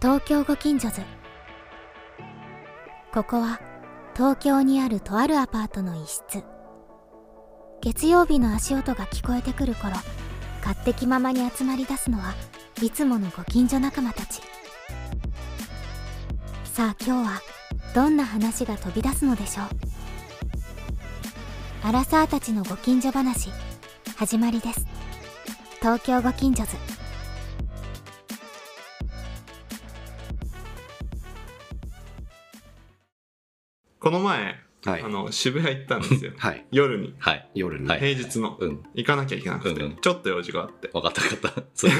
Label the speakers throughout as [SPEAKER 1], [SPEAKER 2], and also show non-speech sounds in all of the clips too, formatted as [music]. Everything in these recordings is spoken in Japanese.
[SPEAKER 1] 東京ご近所図ここは東京にあるとあるアパートの一室月曜日の足音が聞こえてくる頃勝手気ままに集まり出すのはいつものご近所仲間たちさあ今日はどんな話が飛び出すのでしょうアラサーたちのご近所話始まりです東京ご近所図
[SPEAKER 2] この前、
[SPEAKER 3] はい
[SPEAKER 2] あ。の渋谷行ったんですよ
[SPEAKER 3] [laughs] はい。
[SPEAKER 2] 夜に
[SPEAKER 3] はい。夜に。
[SPEAKER 4] は
[SPEAKER 2] 平日の、
[SPEAKER 3] うん。
[SPEAKER 2] 行かなきゃいけなくて、
[SPEAKER 3] うんうん
[SPEAKER 2] ちょっと用事があって
[SPEAKER 3] わかったわかった。 [laughs] そう。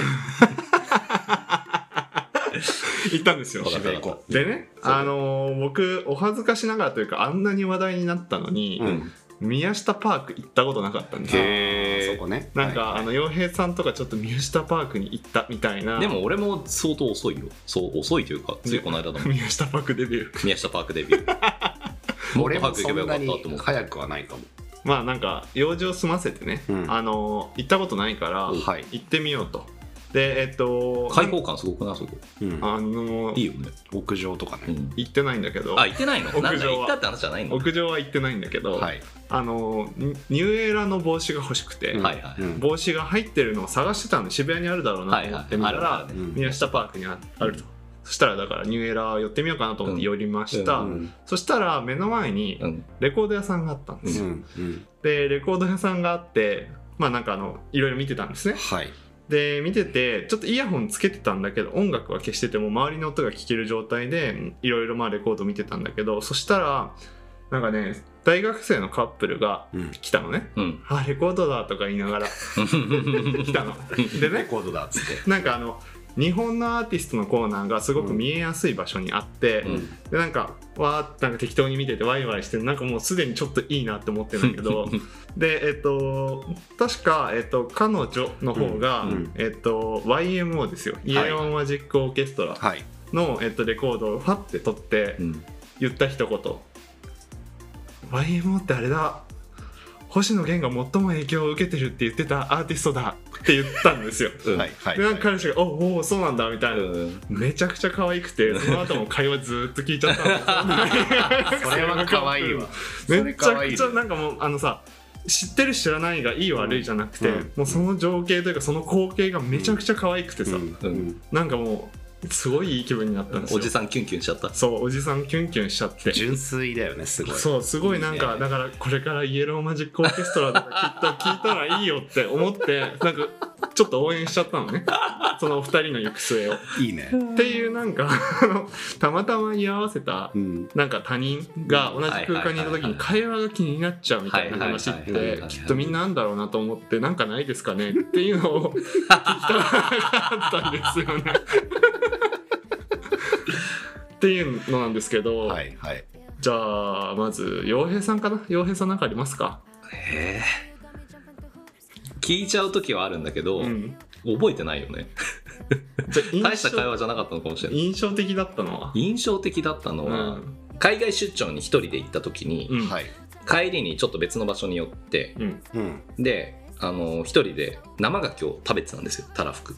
[SPEAKER 2] 行ったんですよ
[SPEAKER 3] わかった
[SPEAKER 2] 渋
[SPEAKER 3] わ
[SPEAKER 2] 谷
[SPEAKER 3] か
[SPEAKER 2] 行こ
[SPEAKER 3] っ
[SPEAKER 2] うでね
[SPEAKER 3] そう
[SPEAKER 2] あのー僕お恥ずかしながらというかあんなに話題になったのに、
[SPEAKER 3] うん。
[SPEAKER 2] 宮下パーク行ったことなかったんですよ
[SPEAKER 3] へそこね。
[SPEAKER 2] なんか、
[SPEAKER 3] はい
[SPEAKER 2] あの洋平さんとかちょっと宮下パークに行ったみたいな
[SPEAKER 3] でも俺も相当遅いよ。そう、遅いというか、ついこの
[SPEAKER 2] [laughs]
[SPEAKER 3] 間だもん。
[SPEAKER 2] 宮下パークデビュー [laughs]
[SPEAKER 3] 宮下パークデビュー。
[SPEAKER 4] [laughs]
[SPEAKER 3] もっ
[SPEAKER 4] 俺
[SPEAKER 3] と
[SPEAKER 4] も
[SPEAKER 3] 早く
[SPEAKER 4] そ
[SPEAKER 3] 行けばよ
[SPEAKER 4] ん
[SPEAKER 3] か
[SPEAKER 4] な
[SPEAKER 3] った
[SPEAKER 4] に
[SPEAKER 3] と思う。
[SPEAKER 4] 早くはないかも。
[SPEAKER 2] まあなんか用事を済ませてね、
[SPEAKER 4] うん
[SPEAKER 2] あのー行ったことないから
[SPEAKER 3] はい。
[SPEAKER 2] 行ってみようとでえっと
[SPEAKER 3] 開放感すごくないそこ。
[SPEAKER 4] うん
[SPEAKER 2] あのー
[SPEAKER 3] いいよね。
[SPEAKER 4] 屋上とか
[SPEAKER 3] う
[SPEAKER 4] ね。
[SPEAKER 3] ん。
[SPEAKER 2] 行ってないんだけど
[SPEAKER 3] あ、行ってないの
[SPEAKER 2] 屋上は
[SPEAKER 3] なんだ行ったって話じゃないの
[SPEAKER 2] 屋上は行ってないんだけど、
[SPEAKER 4] はい。
[SPEAKER 2] あのニニューエラの帽子が欲しくて、
[SPEAKER 4] うん
[SPEAKER 3] はいはい
[SPEAKER 4] うん
[SPEAKER 2] 帽子が入ってるのを探してたの渋谷にあるだろうな
[SPEAKER 3] は
[SPEAKER 2] と
[SPEAKER 3] い
[SPEAKER 2] 思
[SPEAKER 3] はい
[SPEAKER 2] ってみたら、
[SPEAKER 3] あるあるね
[SPEAKER 4] うん
[SPEAKER 2] 宮下パークにああると、そしたらだからニューエラ寄ってみようかなと思って寄りました、
[SPEAKER 3] う
[SPEAKER 4] うん
[SPEAKER 2] そしたら目の前に
[SPEAKER 3] うん。
[SPEAKER 2] レコード屋さんがあったんで
[SPEAKER 4] う
[SPEAKER 2] すよ、
[SPEAKER 4] んうん
[SPEAKER 2] でレコード屋さんがあってまあなんかあのいろいろ見てたんですね
[SPEAKER 4] はい。
[SPEAKER 2] で見ててちょっとイヤホンつけてたんだけど音楽は消してても周りの音が聞ける状態でいろいろまあレコード見てたんだけどそしたらなんかね大学生のカップルが
[SPEAKER 4] うん
[SPEAKER 2] 来たのね、
[SPEAKER 3] うん。
[SPEAKER 2] あレコードだとか言いながら来たので
[SPEAKER 4] レ
[SPEAKER 2] ね
[SPEAKER 4] コードだっつって。
[SPEAKER 2] [laughs] なんかあの日本のアーティストのコーナーがすごく見えやすい場所にあって、
[SPEAKER 3] うん
[SPEAKER 2] でなんかわーってなんか適当に見ててワイワイしてなんかもうすでにちょっといいなって思ってるんだけ
[SPEAKER 4] [laughs]
[SPEAKER 2] どでえっと確か、えっと、彼女の方が、
[SPEAKER 4] うんうん
[SPEAKER 2] えっと、YMO ですよイエローマジックオーケストラ
[SPEAKER 4] はい。
[SPEAKER 2] の、えっと、レコードをファッて撮って
[SPEAKER 3] うん。
[SPEAKER 2] 言った一言 YMO ってあれだ星野源が最も影響を受けてるって言ってたアーティストだって言ったんですよ。
[SPEAKER 3] うん
[SPEAKER 4] はい。はい。
[SPEAKER 2] でなんか彼氏が「おおそうなんだ」みたいな、
[SPEAKER 3] うん
[SPEAKER 2] めちゃくちゃ可愛くてその後も会話ずーっと聞いちゃったんですよ
[SPEAKER 4] それは可愛いわ。そ
[SPEAKER 2] め
[SPEAKER 4] れ
[SPEAKER 2] ちゃ
[SPEAKER 4] 可愛
[SPEAKER 2] く
[SPEAKER 4] い
[SPEAKER 2] ちゃなんかもうあのさ知ってる知らないがいい悪いじゃなくて、
[SPEAKER 4] うん
[SPEAKER 2] もうその情景というかその光景がめちゃくちゃ可愛くてさ、
[SPEAKER 4] うんうん
[SPEAKER 2] なんかもうすごいいい気分になったんですよ
[SPEAKER 3] おじさんキュンキュンしちゃった。
[SPEAKER 2] そうおじさんキュンキュンしちゃって
[SPEAKER 4] 純粋だよね、すごい。
[SPEAKER 2] そうすごいなんか
[SPEAKER 3] いいね
[SPEAKER 2] だからこれからイエローマジックオーケストラとかきっと聞いたらいいよって思ってなんかちょっと応援しちゃったのねそのお二人の行く末を。
[SPEAKER 4] いいね。
[SPEAKER 2] っていうなんか [laughs] あのたまたま居合わせた
[SPEAKER 4] うん。
[SPEAKER 2] なんか他人が同じ空間にいた時に会話が気になっちゃうみたいな話っ
[SPEAKER 3] はいはいはい
[SPEAKER 2] て
[SPEAKER 3] はい
[SPEAKER 2] きっとみんなあんだろうなと思ってなんかないですかねっていうの
[SPEAKER 3] [laughs]
[SPEAKER 2] を聞きたかったんですよね。っていうのなんですけど、
[SPEAKER 4] はい。はい。
[SPEAKER 2] じゃあまず洋平さんかな洋平さんなんかありますか、
[SPEAKER 3] へえ。聞いちゃう時はあるんだけど、
[SPEAKER 2] うん、
[SPEAKER 3] 覚えてないよね。
[SPEAKER 2] じゃあ印象
[SPEAKER 3] [laughs] 大した会話じゃなかったのかもしれない。
[SPEAKER 2] 印象的だったのは、
[SPEAKER 3] 印象的だったの
[SPEAKER 2] う
[SPEAKER 3] は、
[SPEAKER 2] ん
[SPEAKER 3] 海外出張に一人で行った時に、
[SPEAKER 2] うん
[SPEAKER 4] はい。
[SPEAKER 3] 帰りにちょっと別の場所に寄って
[SPEAKER 2] うん、
[SPEAKER 4] うん。
[SPEAKER 3] であの一人で生牡蠣を食べてたんですよたらふく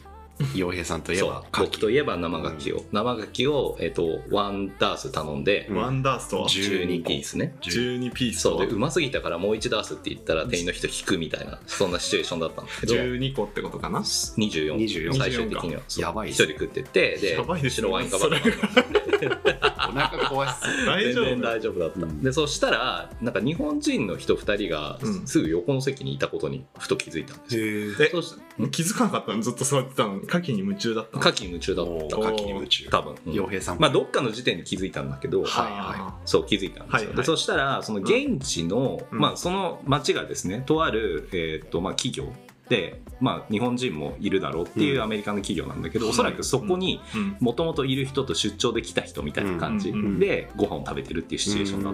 [SPEAKER 4] 洋平さんといえば、
[SPEAKER 3] 僕といえば生牡蠣を、生牡蠣を、えっとワンダース頼んで
[SPEAKER 4] うん
[SPEAKER 2] ワンダーストは
[SPEAKER 3] 12ピー
[SPEAKER 4] ス。
[SPEAKER 3] スね
[SPEAKER 2] 12ピース
[SPEAKER 3] そう
[SPEAKER 2] と
[SPEAKER 3] でうますぎたからもう1ダースって言ったら店員の人引くみたいなそんなシチュエーションだったんですけど
[SPEAKER 2] 12個ってことかな
[SPEAKER 3] 24
[SPEAKER 4] 24
[SPEAKER 3] 最終的には
[SPEAKER 4] やばいっ
[SPEAKER 3] 一
[SPEAKER 4] す
[SPEAKER 3] 人食っててで
[SPEAKER 2] やばいですね
[SPEAKER 3] 白ワインがバカ
[SPEAKER 2] それ
[SPEAKER 4] お腹壊す。
[SPEAKER 2] [laughs] 大
[SPEAKER 3] 全
[SPEAKER 2] 丈夫
[SPEAKER 3] 然大丈夫だった、
[SPEAKER 4] うん
[SPEAKER 3] でそしたらなんか日本人の人2人が
[SPEAKER 2] うん
[SPEAKER 3] すぐ横の席にいたことにふと気づいたんですよ
[SPEAKER 4] へえ。
[SPEAKER 2] え
[SPEAKER 3] そうし
[SPEAKER 2] 気づかなかったのずっと座ってたのに牡蠣に夢中だったの
[SPEAKER 3] 牡蠣に夢中だっ
[SPEAKER 4] 牡
[SPEAKER 3] た
[SPEAKER 4] 蠣に夢中。
[SPEAKER 3] 多分、うん
[SPEAKER 4] 洋平さんも。
[SPEAKER 3] まあどっかの時点で気づいたんだけど、
[SPEAKER 4] はは
[SPEAKER 3] そう気づいたんですよ、
[SPEAKER 2] はいはい
[SPEAKER 3] でそしたらその現地の、
[SPEAKER 2] うん
[SPEAKER 3] まあ、その町がですねとある、えーっとまあ、企業で、まあ、日本人もいるだろうっていううんアメリカの企業なんだけど、
[SPEAKER 2] はい
[SPEAKER 3] おそらくそこに
[SPEAKER 2] いうん
[SPEAKER 3] もともといる人と出張で来た人みたいな感じ
[SPEAKER 2] うんうん
[SPEAKER 4] うん
[SPEAKER 3] でご飯を食べてるっていうシチュエーションだっ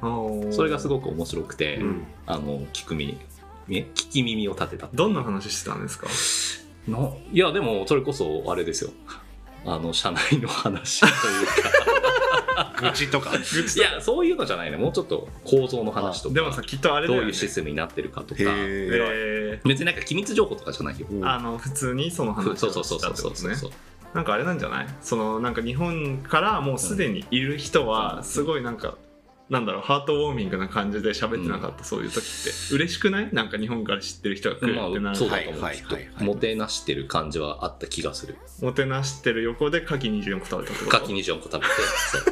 [SPEAKER 3] たのね、それがす
[SPEAKER 2] ごい
[SPEAKER 3] ごく面白くて、
[SPEAKER 4] うん
[SPEAKER 3] あの聞く耳ね聞き耳を立てた
[SPEAKER 2] どんな話してたんですか
[SPEAKER 3] ないやでもそれこそあれですよあの社内の話というか
[SPEAKER 4] 愚痴とか。
[SPEAKER 3] [laughs] いやそういうのじゃないねもうちょっと構造の話とか
[SPEAKER 2] でもさきっとあれだ
[SPEAKER 3] どう
[SPEAKER 2] よ、ね、
[SPEAKER 3] いうシステムになってるかとか
[SPEAKER 4] へ
[SPEAKER 2] え
[SPEAKER 3] 別になんか機密情報とかじゃないよ
[SPEAKER 4] ー
[SPEAKER 2] ーあの普通にその話
[SPEAKER 3] そう
[SPEAKER 2] を
[SPEAKER 3] そうそう
[SPEAKER 2] し
[SPEAKER 3] そ
[SPEAKER 2] た
[SPEAKER 3] う
[SPEAKER 2] って
[SPEAKER 3] そ
[SPEAKER 2] こ
[SPEAKER 3] う
[SPEAKER 2] と
[SPEAKER 3] そう
[SPEAKER 2] ね
[SPEAKER 3] そう
[SPEAKER 2] なんかあれなんじゃないそのなんか日本からもうすでにいる人
[SPEAKER 3] う
[SPEAKER 2] は
[SPEAKER 3] ん
[SPEAKER 2] すごいなんか、なんだろうハートウォーミングな感じで喋ってなかった、そういう時って嬉しくないなんか日本から知ってる人が来るってな
[SPEAKER 3] まあ、
[SPEAKER 2] る
[SPEAKER 3] そ
[SPEAKER 2] と、
[SPEAKER 3] うだと思う、
[SPEAKER 4] はい
[SPEAKER 3] きっと
[SPEAKER 4] はいはいはい
[SPEAKER 3] もてなしてる感じはあった気がする
[SPEAKER 2] もてなしてる横で牡蠣24個食べたってこと
[SPEAKER 3] カキ24個食べて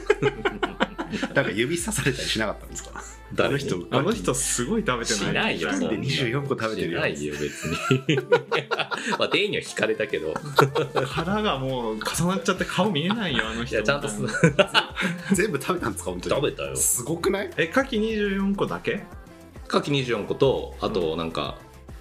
[SPEAKER 4] なんか指さされたりしなかったんですか
[SPEAKER 3] [laughs]
[SPEAKER 2] あの人
[SPEAKER 3] に
[SPEAKER 2] あの人すごい食べてない
[SPEAKER 3] しないよ
[SPEAKER 4] 一人で24個食べてる
[SPEAKER 3] し
[SPEAKER 4] よ
[SPEAKER 3] ないよ別にまあデイには惹かれたけど
[SPEAKER 2] 腹がもう重なっちゃって顔見えないよあの
[SPEAKER 3] い
[SPEAKER 2] 人
[SPEAKER 3] やちゃんとす食
[SPEAKER 4] 全部食べたんですか本当に
[SPEAKER 3] べたよ
[SPEAKER 4] すごくない
[SPEAKER 2] え牡蠣24個だけ
[SPEAKER 3] カキ24個とあとなんか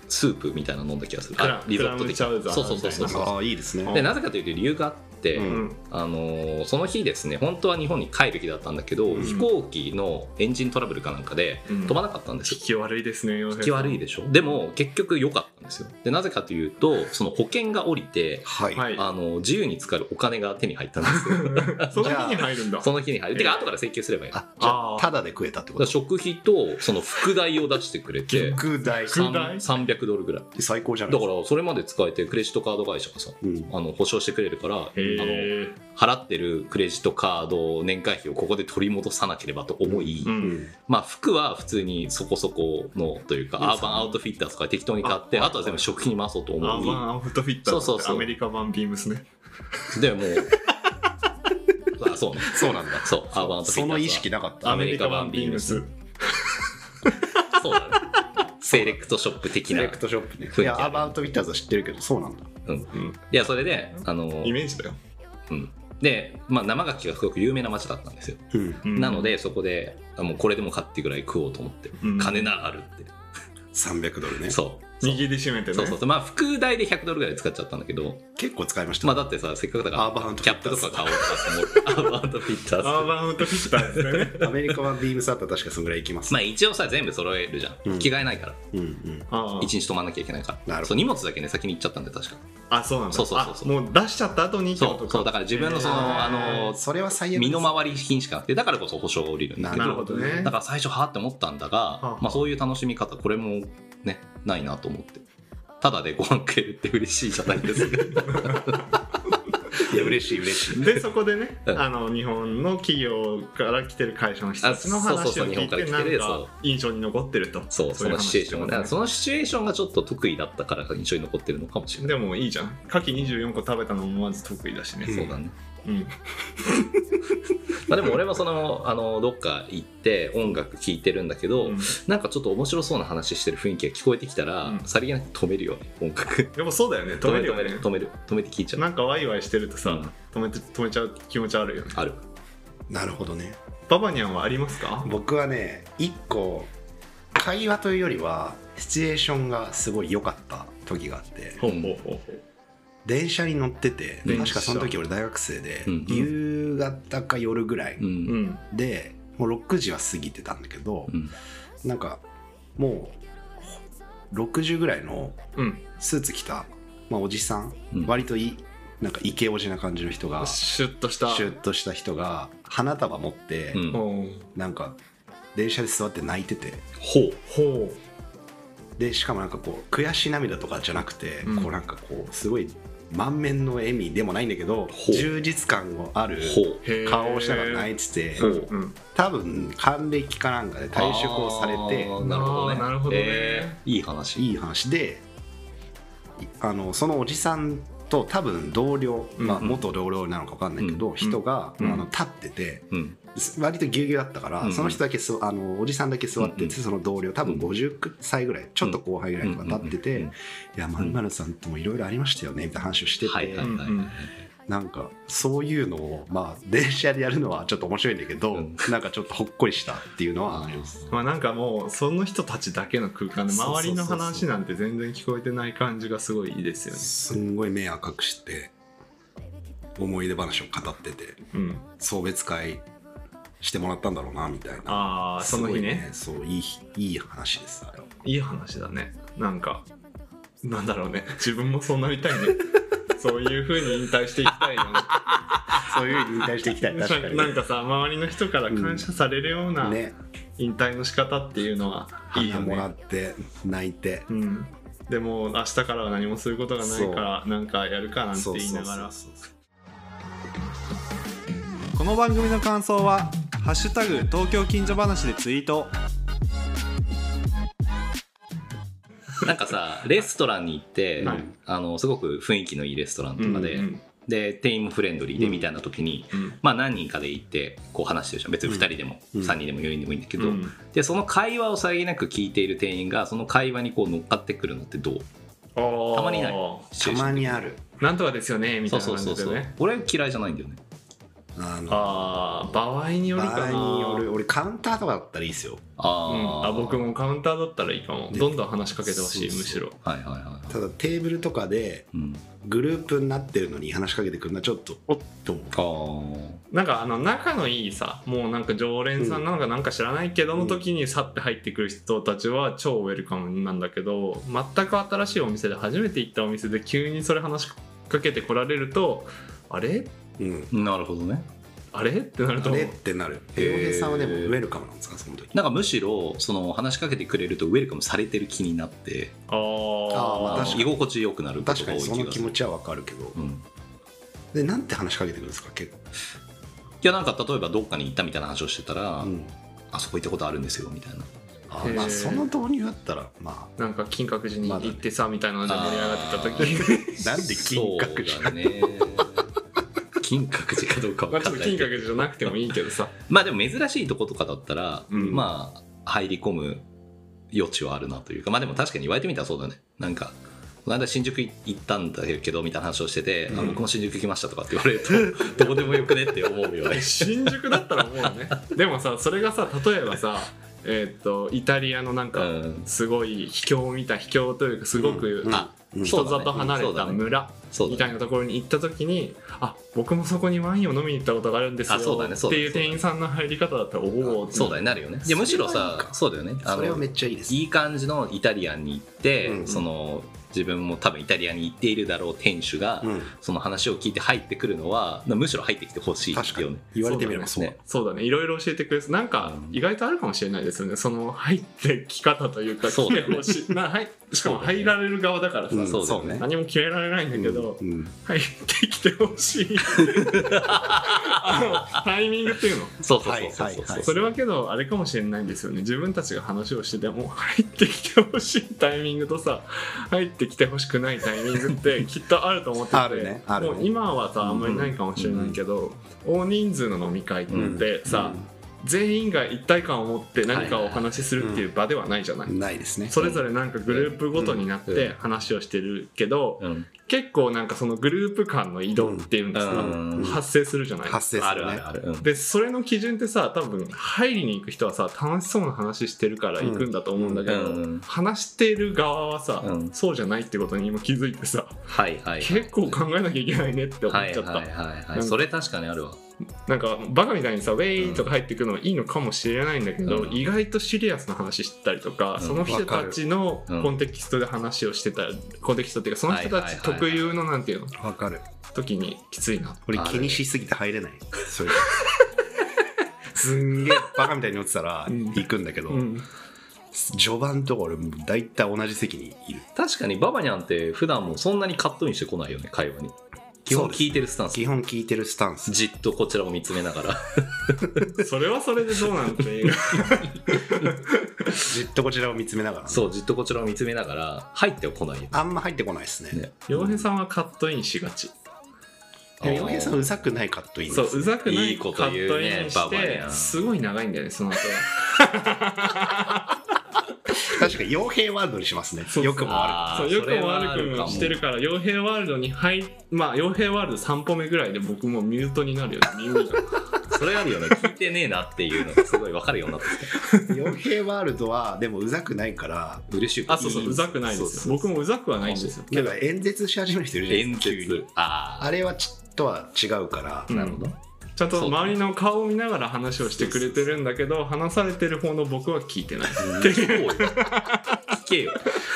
[SPEAKER 3] スープみたいなの飲んだ気がする
[SPEAKER 2] クラ
[SPEAKER 3] あリゾット的
[SPEAKER 2] クラムチャウダー
[SPEAKER 3] そうそうそうそう
[SPEAKER 2] み
[SPEAKER 4] ああいいですね
[SPEAKER 3] でなぜかというと理由があって、
[SPEAKER 2] う
[SPEAKER 4] う
[SPEAKER 2] んん
[SPEAKER 3] あのーその日ですね本当は日本に帰る日だったんだけど、
[SPEAKER 4] うん
[SPEAKER 3] 飛行機のエンジントラブルかなんかで
[SPEAKER 2] うん
[SPEAKER 3] 飛ばなかったんです
[SPEAKER 2] 引
[SPEAKER 3] よ、
[SPEAKER 2] き悪いですね
[SPEAKER 3] 引き悪い
[SPEAKER 2] で
[SPEAKER 3] でしょでも結局良かったんですよでなぜかというとその保険が下りて
[SPEAKER 4] はい、
[SPEAKER 2] はい
[SPEAKER 3] あの自由に使えるお金が手に入ったんです
[SPEAKER 2] [laughs]
[SPEAKER 3] よ
[SPEAKER 2] その日に入るんだ
[SPEAKER 3] その日に入るてか後から請求すればいいだか
[SPEAKER 4] あじゃ
[SPEAKER 2] あ
[SPEAKER 4] あ
[SPEAKER 2] ー
[SPEAKER 4] ただで食えたってこ
[SPEAKER 3] ら
[SPEAKER 4] と
[SPEAKER 3] 食費とその副代を出してくれて
[SPEAKER 4] 食大
[SPEAKER 2] 副
[SPEAKER 3] 三
[SPEAKER 2] 代
[SPEAKER 3] 300ドルぐらい
[SPEAKER 4] 最高じゃ
[SPEAKER 3] だ
[SPEAKER 4] ない
[SPEAKER 3] か
[SPEAKER 4] ですから
[SPEAKER 3] それまで使えてクレジットカード会社がさ
[SPEAKER 4] うん
[SPEAKER 3] あの保証してくれるからあ
[SPEAKER 2] へ
[SPEAKER 3] の
[SPEAKER 2] え
[SPEAKER 3] 払ってるクレジットカード年会費をここで取り戻さなければと思い、
[SPEAKER 2] うん
[SPEAKER 3] まあ、服は普通にそこそこのというか
[SPEAKER 4] うん
[SPEAKER 3] アーバンアウトフィッターズとか適当に買って
[SPEAKER 2] あ
[SPEAKER 3] あとは全部食費に回そうと
[SPEAKER 2] アーバン
[SPEAKER 3] 思
[SPEAKER 2] アウトフィッターだって
[SPEAKER 3] そうそうそう
[SPEAKER 2] アメリカ版ビームスね
[SPEAKER 3] いでも [laughs] うあそうね
[SPEAKER 4] そうなんだ
[SPEAKER 3] そうアーバンアウトフィッターズ
[SPEAKER 4] その意識なかった
[SPEAKER 3] アメリカ版ビームスそうだねセレクトショップ的
[SPEAKER 4] セ
[SPEAKER 3] な
[SPEAKER 4] レクトショップね
[SPEAKER 3] 雰囲気ある
[SPEAKER 4] いやアバウトビッターズは知ってるけどそうなんだ
[SPEAKER 2] うん
[SPEAKER 3] いやそれであの
[SPEAKER 2] イメージだよ
[SPEAKER 3] うんで、まあ、生牡蠣がすごく有名な町だったんですよ
[SPEAKER 4] うん
[SPEAKER 2] うん
[SPEAKER 3] なのでそこであもうこれでも買ってぐらい食おうと思って、
[SPEAKER 2] うん
[SPEAKER 3] 金ならあるって、
[SPEAKER 4] 300ドルね
[SPEAKER 3] そうそう
[SPEAKER 2] 握りしめてね
[SPEAKER 3] そうそうそうまあ副代で100ドルぐらい使っちゃったんだけど
[SPEAKER 4] 結構使いました
[SPEAKER 3] まあだってさせっかくだから
[SPEAKER 4] アーバンアウト
[SPEAKER 3] キ
[SPEAKER 4] フ
[SPEAKER 3] ャ
[SPEAKER 4] ィ
[SPEAKER 3] ッ
[SPEAKER 4] ッタ
[SPEAKER 3] プ
[SPEAKER 4] ー
[SPEAKER 3] と
[SPEAKER 4] ズ
[SPEAKER 3] か買おうと思ってアーバンアウトフィッターズ
[SPEAKER 2] アーバンアウトフィッターです
[SPEAKER 3] [laughs]
[SPEAKER 2] ね
[SPEAKER 4] アメリカ版ビームスだったら確かそんぐらいいきます
[SPEAKER 3] まあ一応さ全部揃えるじゃん、
[SPEAKER 4] うん
[SPEAKER 3] 着替えないから
[SPEAKER 4] うんうん
[SPEAKER 2] あー
[SPEAKER 3] 一日泊まんなきゃいけないから
[SPEAKER 4] なるほど
[SPEAKER 3] そう荷物だけね先に行っちゃったんで確か
[SPEAKER 2] あそうなんだ
[SPEAKER 3] そうそうそうそう
[SPEAKER 2] あもう出しちゃった後にってこ
[SPEAKER 3] そ
[SPEAKER 2] と
[SPEAKER 3] うそうだから自分のその、
[SPEAKER 2] えー
[SPEAKER 3] あの
[SPEAKER 4] それは最悪です
[SPEAKER 3] 身の回り品しかなくてだからこそ保証が下りるんだけど
[SPEAKER 2] なるほどね
[SPEAKER 3] だから最初はあって思ったんだが、
[SPEAKER 2] あはあ
[SPEAKER 3] まあ、そういう楽しみ方これもねないなと思ってただでご飯食えるって嬉しいじゃないですか
[SPEAKER 4] いや嬉しい嬉しい
[SPEAKER 2] でそこでね、
[SPEAKER 3] うん
[SPEAKER 2] あの日本の企業から来てる会社の人たちの
[SPEAKER 3] あそうそう
[SPEAKER 2] 話
[SPEAKER 3] そ
[SPEAKER 2] を
[SPEAKER 3] う
[SPEAKER 2] 聞いて
[SPEAKER 3] 日本から来てる
[SPEAKER 2] なん
[SPEAKER 3] そう
[SPEAKER 2] か印象に残ってると
[SPEAKER 3] そうそ
[SPEAKER 2] い
[SPEAKER 3] のシチュエーションが、
[SPEAKER 2] 話
[SPEAKER 3] だからそのシチュエーションがちょっと得意だったから印象に残ってるのかもしれない、
[SPEAKER 2] でもいいじゃん牡蠣24個食べたのもまず得意だしね、
[SPEAKER 4] うん
[SPEAKER 3] そうだね
[SPEAKER 2] うん、
[SPEAKER 3] まあ、でも俺もそのあのどっか行って音楽聴いてるんだけど、
[SPEAKER 2] うん
[SPEAKER 3] なんかちょっと面白そうな話してる雰囲気が聞こえてきたら、
[SPEAKER 2] うん
[SPEAKER 3] さりげなく止めるよね音楽
[SPEAKER 2] でもそうだよね止めるよね
[SPEAKER 3] 止める止める止めて聞いちゃう
[SPEAKER 2] なんかワイワイしてるとさ、
[SPEAKER 3] うん
[SPEAKER 2] 止めて止めちゃう気持ちあるよね
[SPEAKER 3] ある
[SPEAKER 4] [laughs] なるほどね
[SPEAKER 2] ババニャンはありますか
[SPEAKER 4] 僕はね一個会話というよりはシチュエーションがすごい良かった時があって
[SPEAKER 2] ほうほうほうほう
[SPEAKER 4] 電車に乗ってて
[SPEAKER 3] 電
[SPEAKER 4] 確
[SPEAKER 3] 車
[SPEAKER 4] かその時俺大学生で、
[SPEAKER 3] うん
[SPEAKER 4] 夕方か夜ぐらい、
[SPEAKER 3] うん
[SPEAKER 2] う
[SPEAKER 3] うん
[SPEAKER 2] ん
[SPEAKER 4] でもう6時は過ぎてたんだけど、なんかもう60ぐらいの
[SPEAKER 2] うん
[SPEAKER 4] スーツ着た、まあ、おじさん、
[SPEAKER 3] うん
[SPEAKER 4] 割といなんかイケオジな感じの人がシ
[SPEAKER 2] シュッとした
[SPEAKER 4] ュッとした人が花束持って、
[SPEAKER 3] うん
[SPEAKER 2] ほう
[SPEAKER 4] なんか電車で座って泣いてて
[SPEAKER 3] ほう
[SPEAKER 2] ほ
[SPEAKER 4] でしかもなんかこう悔し涙とかじゃなくて、
[SPEAKER 2] うん
[SPEAKER 4] こうなんかこうすごい満面の笑みでもないんだけど
[SPEAKER 3] ほう
[SPEAKER 4] 充実感のある
[SPEAKER 3] ほう
[SPEAKER 2] うへー
[SPEAKER 4] 顔をしながら泣いてて
[SPEAKER 3] ほう
[SPEAKER 2] うん
[SPEAKER 4] 多分還暦かなんかで退職をされて
[SPEAKER 3] あーなるほど
[SPEAKER 2] あ
[SPEAKER 3] ね
[SPEAKER 2] ーなるほどね
[SPEAKER 3] えーいい話
[SPEAKER 4] いい話でいあのそのおじさんと多分同僚、
[SPEAKER 2] うん
[SPEAKER 4] まあ、元同僚なのか分かんないけど、
[SPEAKER 2] ん
[SPEAKER 4] 人が、
[SPEAKER 2] うん
[SPEAKER 4] あの立ってて
[SPEAKER 3] うん
[SPEAKER 4] す割とぎゅうぎゅうだったから、
[SPEAKER 3] うん
[SPEAKER 4] その人だけすあのおじさんだけ座ってて、
[SPEAKER 3] うん
[SPEAKER 4] その同僚多分50歳ぐらいちょっと後輩ぐらいとか立ってて「
[SPEAKER 3] うん
[SPEAKER 4] いやまるまるさんともいろいろありましたよね」みたいな話をしてて、
[SPEAKER 3] はいはいはいはい、
[SPEAKER 2] うんうん
[SPEAKER 4] なんかそういうのをまあ電車でやるのはちょっと面白いんだけど、
[SPEAKER 3] うん
[SPEAKER 4] なんかちょっとほっこりしたっていうのはあります。
[SPEAKER 2] まあなんかもうその人たちだけの空間で
[SPEAKER 4] そうそうそうそう
[SPEAKER 2] 周りの話なんて全然聞こえてない感じがすごいいいですよね
[SPEAKER 4] すんごい目赤くして思い出話を語ってて
[SPEAKER 2] うん
[SPEAKER 4] 送別会してもらったんだろうなみたいな
[SPEAKER 2] ああその日ね
[SPEAKER 4] すごいねそういい日いい話ですあれはい
[SPEAKER 2] い話だねなんかなんだろうね自分もそうなり
[SPEAKER 4] [laughs]
[SPEAKER 2] たいねそういう風に引退していきたいよね
[SPEAKER 4] そういうふうに引退していきたい確かに
[SPEAKER 2] なんかさ周りの人から感謝されるような
[SPEAKER 4] ね
[SPEAKER 2] 引退の仕方っていうのは
[SPEAKER 4] 花
[SPEAKER 2] いいよ
[SPEAKER 4] もら
[SPEAKER 2] ね
[SPEAKER 4] っ、て泣いて
[SPEAKER 2] うん、でも明日からは何もすることがないからなんかやるかなんて
[SPEAKER 4] そう
[SPEAKER 2] 言い
[SPEAKER 4] そ
[SPEAKER 2] な
[SPEAKER 4] う
[SPEAKER 2] がら
[SPEAKER 4] そうそう
[SPEAKER 5] この番組の感想は「ハッシュタグ東京近所話」でツイート
[SPEAKER 3] なんかさレストランに行って、
[SPEAKER 2] はい
[SPEAKER 3] あのすごく雰囲気のいいレストランとかで、
[SPEAKER 2] うん
[SPEAKER 3] で店員もフレンドリーでみたいな時に、
[SPEAKER 2] うん
[SPEAKER 3] まあ何人かで行ってこう話してるじゃん別に2人でも、
[SPEAKER 4] うん
[SPEAKER 3] 3人でも4人でもいいんだけ
[SPEAKER 2] うん
[SPEAKER 3] ど、でその会話をさりげなく聞いている店員がその会話にこう乗っかってくるのってどう
[SPEAKER 2] あー
[SPEAKER 3] たまにないシチ
[SPEAKER 4] た
[SPEAKER 3] ュエーション
[SPEAKER 4] まにある
[SPEAKER 2] なんとかですよねみたい
[SPEAKER 3] そ
[SPEAKER 2] うな
[SPEAKER 3] そ
[SPEAKER 2] 感
[SPEAKER 3] うそう
[SPEAKER 2] じ
[SPEAKER 3] そ
[SPEAKER 2] で
[SPEAKER 3] う、
[SPEAKER 2] ね
[SPEAKER 3] 俺嫌いじゃないんだよね
[SPEAKER 4] あの
[SPEAKER 2] ああ場合によるか
[SPEAKER 4] 場合
[SPEAKER 2] な
[SPEAKER 4] による俺カウンターとかだったらいいですよ
[SPEAKER 3] あ
[SPEAKER 2] う
[SPEAKER 3] ー、
[SPEAKER 2] ん、あ僕もカウンターだったらいいかも
[SPEAKER 4] ね
[SPEAKER 2] どんどん話しかけてほしい
[SPEAKER 4] そうそう
[SPEAKER 2] むしろ
[SPEAKER 3] はいはいはい
[SPEAKER 4] ただテーブルとかで
[SPEAKER 3] うん、
[SPEAKER 4] グループになってるのに話しかけてくるのはちょっとおっと思う
[SPEAKER 3] あー
[SPEAKER 2] なんかあの仲のいいさもうなんか常連さんなのかなんか知らないけどの時にさって入ってくる人たちは超ウェルカムなんだけど全く新しいお店で初めて行ったお店で急にそれ話しかけてこられるとあれ
[SPEAKER 4] うん
[SPEAKER 3] なるほどね
[SPEAKER 2] あれってなると
[SPEAKER 4] あ
[SPEAKER 2] 思う
[SPEAKER 4] れってなる
[SPEAKER 3] へー
[SPEAKER 4] 洋平さんはでもウェルカムなんですかその時
[SPEAKER 3] なんかむしろその話しかけてくれるとウェルカムされてる気になって
[SPEAKER 2] あ
[SPEAKER 4] あま
[SPEAKER 2] あ
[SPEAKER 4] あ確かに
[SPEAKER 3] 居心地よくなること
[SPEAKER 4] 確
[SPEAKER 3] が
[SPEAKER 4] か
[SPEAKER 3] 多い
[SPEAKER 4] に
[SPEAKER 3] 気
[SPEAKER 4] その
[SPEAKER 3] が
[SPEAKER 4] 気
[SPEAKER 3] する
[SPEAKER 4] 持、ちはわかるけど
[SPEAKER 3] うん、
[SPEAKER 4] でなんて話しかけてくるんですか結
[SPEAKER 3] いやなんか例えばどっかに行ったみたいな話をしてたら、
[SPEAKER 4] 構、うん
[SPEAKER 3] あそこ行ったことあるんですよみたいな
[SPEAKER 4] あ
[SPEAKER 2] へー
[SPEAKER 4] まあその導入だったらま
[SPEAKER 2] なんか金閣寺に行ってさみたいなので盛り上がってた
[SPEAKER 4] [laughs]
[SPEAKER 2] 時
[SPEAKER 4] あなんで金閣
[SPEAKER 3] そう
[SPEAKER 4] 寺
[SPEAKER 3] だね金閣寺かどうか
[SPEAKER 2] ま
[SPEAKER 3] 分
[SPEAKER 2] あち
[SPEAKER 3] か
[SPEAKER 2] ょっ
[SPEAKER 3] ん
[SPEAKER 2] と
[SPEAKER 3] な
[SPEAKER 2] 金
[SPEAKER 3] いけど
[SPEAKER 2] 閣寺じゃなくてもいいけどさ
[SPEAKER 3] まあでも珍しいとことかだったら、
[SPEAKER 2] うん
[SPEAKER 3] まあ入り込む余地はあるなというかまあでも確かに言われてみたらそうだねなんかこの間新宿行ったんだけどみたいな話をしてて、あ
[SPEAKER 2] うん
[SPEAKER 3] 僕も新宿行きましたとかって言われる
[SPEAKER 4] [laughs]
[SPEAKER 3] とどうでもよくねって思うよね
[SPEAKER 2] 新宿だったら思うねでもさそれがさ例えばさ [laughs] えーっとイタリアのなん
[SPEAKER 3] う
[SPEAKER 2] か、
[SPEAKER 3] ん
[SPEAKER 2] すごい秘境を見た秘境というかすごく、
[SPEAKER 4] うん
[SPEAKER 2] あ
[SPEAKER 4] うん
[SPEAKER 2] 人里離れた村
[SPEAKER 3] そう
[SPEAKER 2] み
[SPEAKER 3] だ
[SPEAKER 2] た
[SPEAKER 3] ね
[SPEAKER 2] いなところに行った時に「あ僕もそこにワインを飲みに行ったことがあるんですよ」
[SPEAKER 3] あそうだね
[SPEAKER 2] って
[SPEAKER 3] そうだね
[SPEAKER 2] いう店員さんの入り方だったら「おお」
[SPEAKER 3] そうだねなるよねいやむしろさそうだよね
[SPEAKER 4] あ
[SPEAKER 3] あ
[SPEAKER 4] それは
[SPEAKER 3] の
[SPEAKER 4] めっちゃいいです
[SPEAKER 3] いい感じのイタリアンに行って、
[SPEAKER 4] うん
[SPEAKER 3] その自分も多分イタリアンに行っているだろう店主が、
[SPEAKER 4] うん
[SPEAKER 3] その話を聞いて入ってくるのはむしろ入ってきてほしい
[SPEAKER 4] 確か
[SPEAKER 3] よ
[SPEAKER 4] に
[SPEAKER 3] ね
[SPEAKER 4] 言われてみればそう
[SPEAKER 3] ね
[SPEAKER 2] そうだねいろいろ教えてくれるなんか
[SPEAKER 3] うん
[SPEAKER 2] 意外とあるかもしれないですよねその入ってき方というか
[SPEAKER 3] そうだよね
[SPEAKER 2] 決めてほしいなはいしかも
[SPEAKER 3] そうだよね
[SPEAKER 2] 入られる側だからさ、
[SPEAKER 4] うん
[SPEAKER 3] そうだよね
[SPEAKER 2] 何も決められないんだけど、
[SPEAKER 4] うんうん
[SPEAKER 2] 入ってきてほしいあのタイミングっていうの
[SPEAKER 3] そうそうそうそうそう
[SPEAKER 4] はいはいはい
[SPEAKER 2] それはけどあれかもしれないんですよね自分たちが話をしてても入ってきてほしいタイミングとさ入ってきてほしくないタイミング
[SPEAKER 4] [laughs]
[SPEAKER 2] ってきっとあると思ってて
[SPEAKER 4] あるねあるね
[SPEAKER 2] もう今はさあんまりないかもしれないけど、大人数の飲み会ってさ、全員が一体感を持って何かをお話しするっていう場ではないじゃない、
[SPEAKER 4] ないですね
[SPEAKER 2] それぞれなんかグループごとになって話をしてるけど、
[SPEAKER 3] うん
[SPEAKER 2] 結構なんかそのグループ間の移動っていうんですか、
[SPEAKER 3] うん
[SPEAKER 2] 発生するじゃない
[SPEAKER 4] 発生
[SPEAKER 3] あ
[SPEAKER 4] する
[SPEAKER 3] るあ
[SPEAKER 4] ね
[SPEAKER 3] るある、うん
[SPEAKER 2] でそれの基準ってさ多分入りに行く人はさ楽しそうな話してるから行くんだと思うんだけど、
[SPEAKER 3] うんうん
[SPEAKER 2] 話してる側はさ、
[SPEAKER 3] うん
[SPEAKER 2] そうじゃないってことに今気づいてさ
[SPEAKER 3] はいはいはい
[SPEAKER 2] 結構考えなきゃいけないねって思っ
[SPEAKER 3] はい
[SPEAKER 2] ちゃ
[SPEAKER 3] は
[SPEAKER 2] った、
[SPEAKER 3] いはいは
[SPEAKER 2] うん
[SPEAKER 3] いそれ確かにあるわ
[SPEAKER 2] なんかバカみたいにさ「ウェイ!」とか入ってくのはいいのかもしれないんだけど、
[SPEAKER 3] うん
[SPEAKER 2] 意外とシリアスな話してたりとか、
[SPEAKER 3] ん
[SPEAKER 2] その人たちの
[SPEAKER 3] わかる
[SPEAKER 2] コンテキストで話をしてたり、コンテキストっていうかその人た
[SPEAKER 3] はいはい
[SPEAKER 2] ち
[SPEAKER 3] はいはい
[SPEAKER 2] 特有のなんていうの
[SPEAKER 4] わかる
[SPEAKER 2] 時にきついな
[SPEAKER 4] 俺
[SPEAKER 3] ある
[SPEAKER 4] 気にしすぎて入れないそれすんげえバカみたいに乗ってたら
[SPEAKER 2] うん
[SPEAKER 4] 行くんだけど、
[SPEAKER 2] うん
[SPEAKER 4] 序盤とか俺もう大体同じ席にいる
[SPEAKER 3] 確かにババニャンって普段もそんなにカットインしてこないよね会話に基
[SPEAKER 4] そ
[SPEAKER 3] 本
[SPEAKER 4] うですね
[SPEAKER 3] 聞いてるスタンス
[SPEAKER 4] 基本聞いてるスタンス
[SPEAKER 3] じっとこちらを見つめながら
[SPEAKER 2] それはそれでどうなんていう
[SPEAKER 4] じっとこちらを見つめながら
[SPEAKER 3] そうじっとこちらを見つめながら入ってはこないよ
[SPEAKER 4] あんま入ってこないですね
[SPEAKER 3] ね
[SPEAKER 2] [laughs] 洋平さんはカットインしがち
[SPEAKER 4] でも洋平さんうざくないカットいいん
[SPEAKER 2] そ
[SPEAKER 4] で
[SPEAKER 2] う
[SPEAKER 4] す
[SPEAKER 2] うざくない
[SPEAKER 3] いいこと言うね
[SPEAKER 2] カットインし
[SPEAKER 3] ババ
[SPEAKER 2] て
[SPEAKER 3] やん
[SPEAKER 2] すごい長いんだよねその後は
[SPEAKER 4] 確かに傭兵ワールドにしますね
[SPEAKER 2] そう
[SPEAKER 4] よくも悪
[SPEAKER 3] あ
[SPEAKER 2] そ
[SPEAKER 3] ー
[SPEAKER 2] うよく
[SPEAKER 3] れ
[SPEAKER 2] も
[SPEAKER 3] はあ
[SPEAKER 2] 悪く
[SPEAKER 3] か
[SPEAKER 2] もしてるから傭兵ワールドに入まあ傭兵ワールド3歩目ぐらいで僕もうミュートになるよね耳 [laughs] が
[SPEAKER 3] それあるよね聞いてねえなっていうのがすごい分かるようになってき
[SPEAKER 4] く傭兵ワールドはでもうざくないから
[SPEAKER 3] た嬉しい
[SPEAKER 2] あそうそううざくないで
[SPEAKER 3] そう
[SPEAKER 2] す
[SPEAKER 3] そう
[SPEAKER 2] 僕もうざくはないんですよ
[SPEAKER 4] なんか演説し始める人いるじゃない
[SPEAKER 3] 演
[SPEAKER 4] ですか急に
[SPEAKER 3] 説あ
[SPEAKER 4] あれはちとは違うから、
[SPEAKER 2] うん
[SPEAKER 3] あなるほど
[SPEAKER 2] ちゃんと周りの顔を見ながら話をしてくれてるんだけど話されてる方の僕は聞いてない
[SPEAKER 3] 聞こうよ聞けよ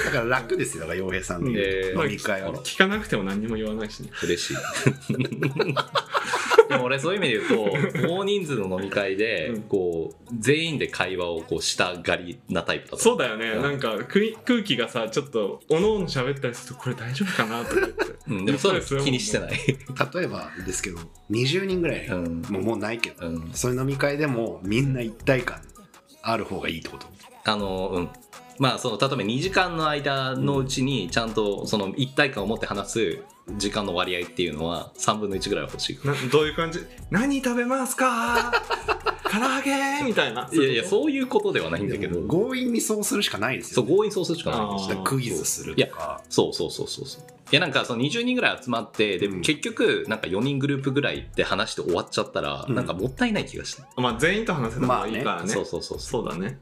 [SPEAKER 4] だから楽ですよだから洋平さんの
[SPEAKER 3] えー
[SPEAKER 4] 飲み会は
[SPEAKER 2] 聞かなくても何にも言わないしね
[SPEAKER 3] 嬉しい [laughs] でも俺そういう意味で言うと大人数の飲み会で、
[SPEAKER 2] うん
[SPEAKER 3] こう全員で会話をこうしたがりなタイプだと
[SPEAKER 2] そうだよね、
[SPEAKER 3] うん
[SPEAKER 2] なんかくい空気がさちょっとおのおの喋ったりするとこれ大丈夫かなとか言って
[SPEAKER 3] うん、でもそういう
[SPEAKER 2] そうで
[SPEAKER 3] の
[SPEAKER 2] す
[SPEAKER 3] 気にしてない、
[SPEAKER 4] 例えばですけど20人ぐらい、
[SPEAKER 3] うん
[SPEAKER 4] もうもうないけど、
[SPEAKER 3] うん
[SPEAKER 4] そういう飲み会でもみんな一体感ある方がいいってこと
[SPEAKER 3] あのうんまあその例えば2時間の間のうちにちゃんとその一体感を持って話す時間の割合っていうのは3分の1ぐらいは欲しい
[SPEAKER 2] などういう感じ何食べますか唐揚げみたいない
[SPEAKER 3] やいやそういうことではないんだけど
[SPEAKER 4] 強引にそうするしかないです
[SPEAKER 3] そ
[SPEAKER 4] よ、
[SPEAKER 3] う
[SPEAKER 4] ね、
[SPEAKER 3] 強引そうするしかないんです
[SPEAKER 2] あー
[SPEAKER 4] だから
[SPEAKER 3] よ
[SPEAKER 4] クイズするとか
[SPEAKER 3] そうそうそうそうそういやなんかその20人ぐらい集まってで
[SPEAKER 4] うん
[SPEAKER 3] 結局なんか4人グループぐらいで話して終わっちゃったら
[SPEAKER 4] うん
[SPEAKER 3] なんかもったいない気がして、
[SPEAKER 2] まあ全員と話せた方がいいからね,、
[SPEAKER 3] そ
[SPEAKER 2] そうう
[SPEAKER 3] そうそうそう
[SPEAKER 2] だね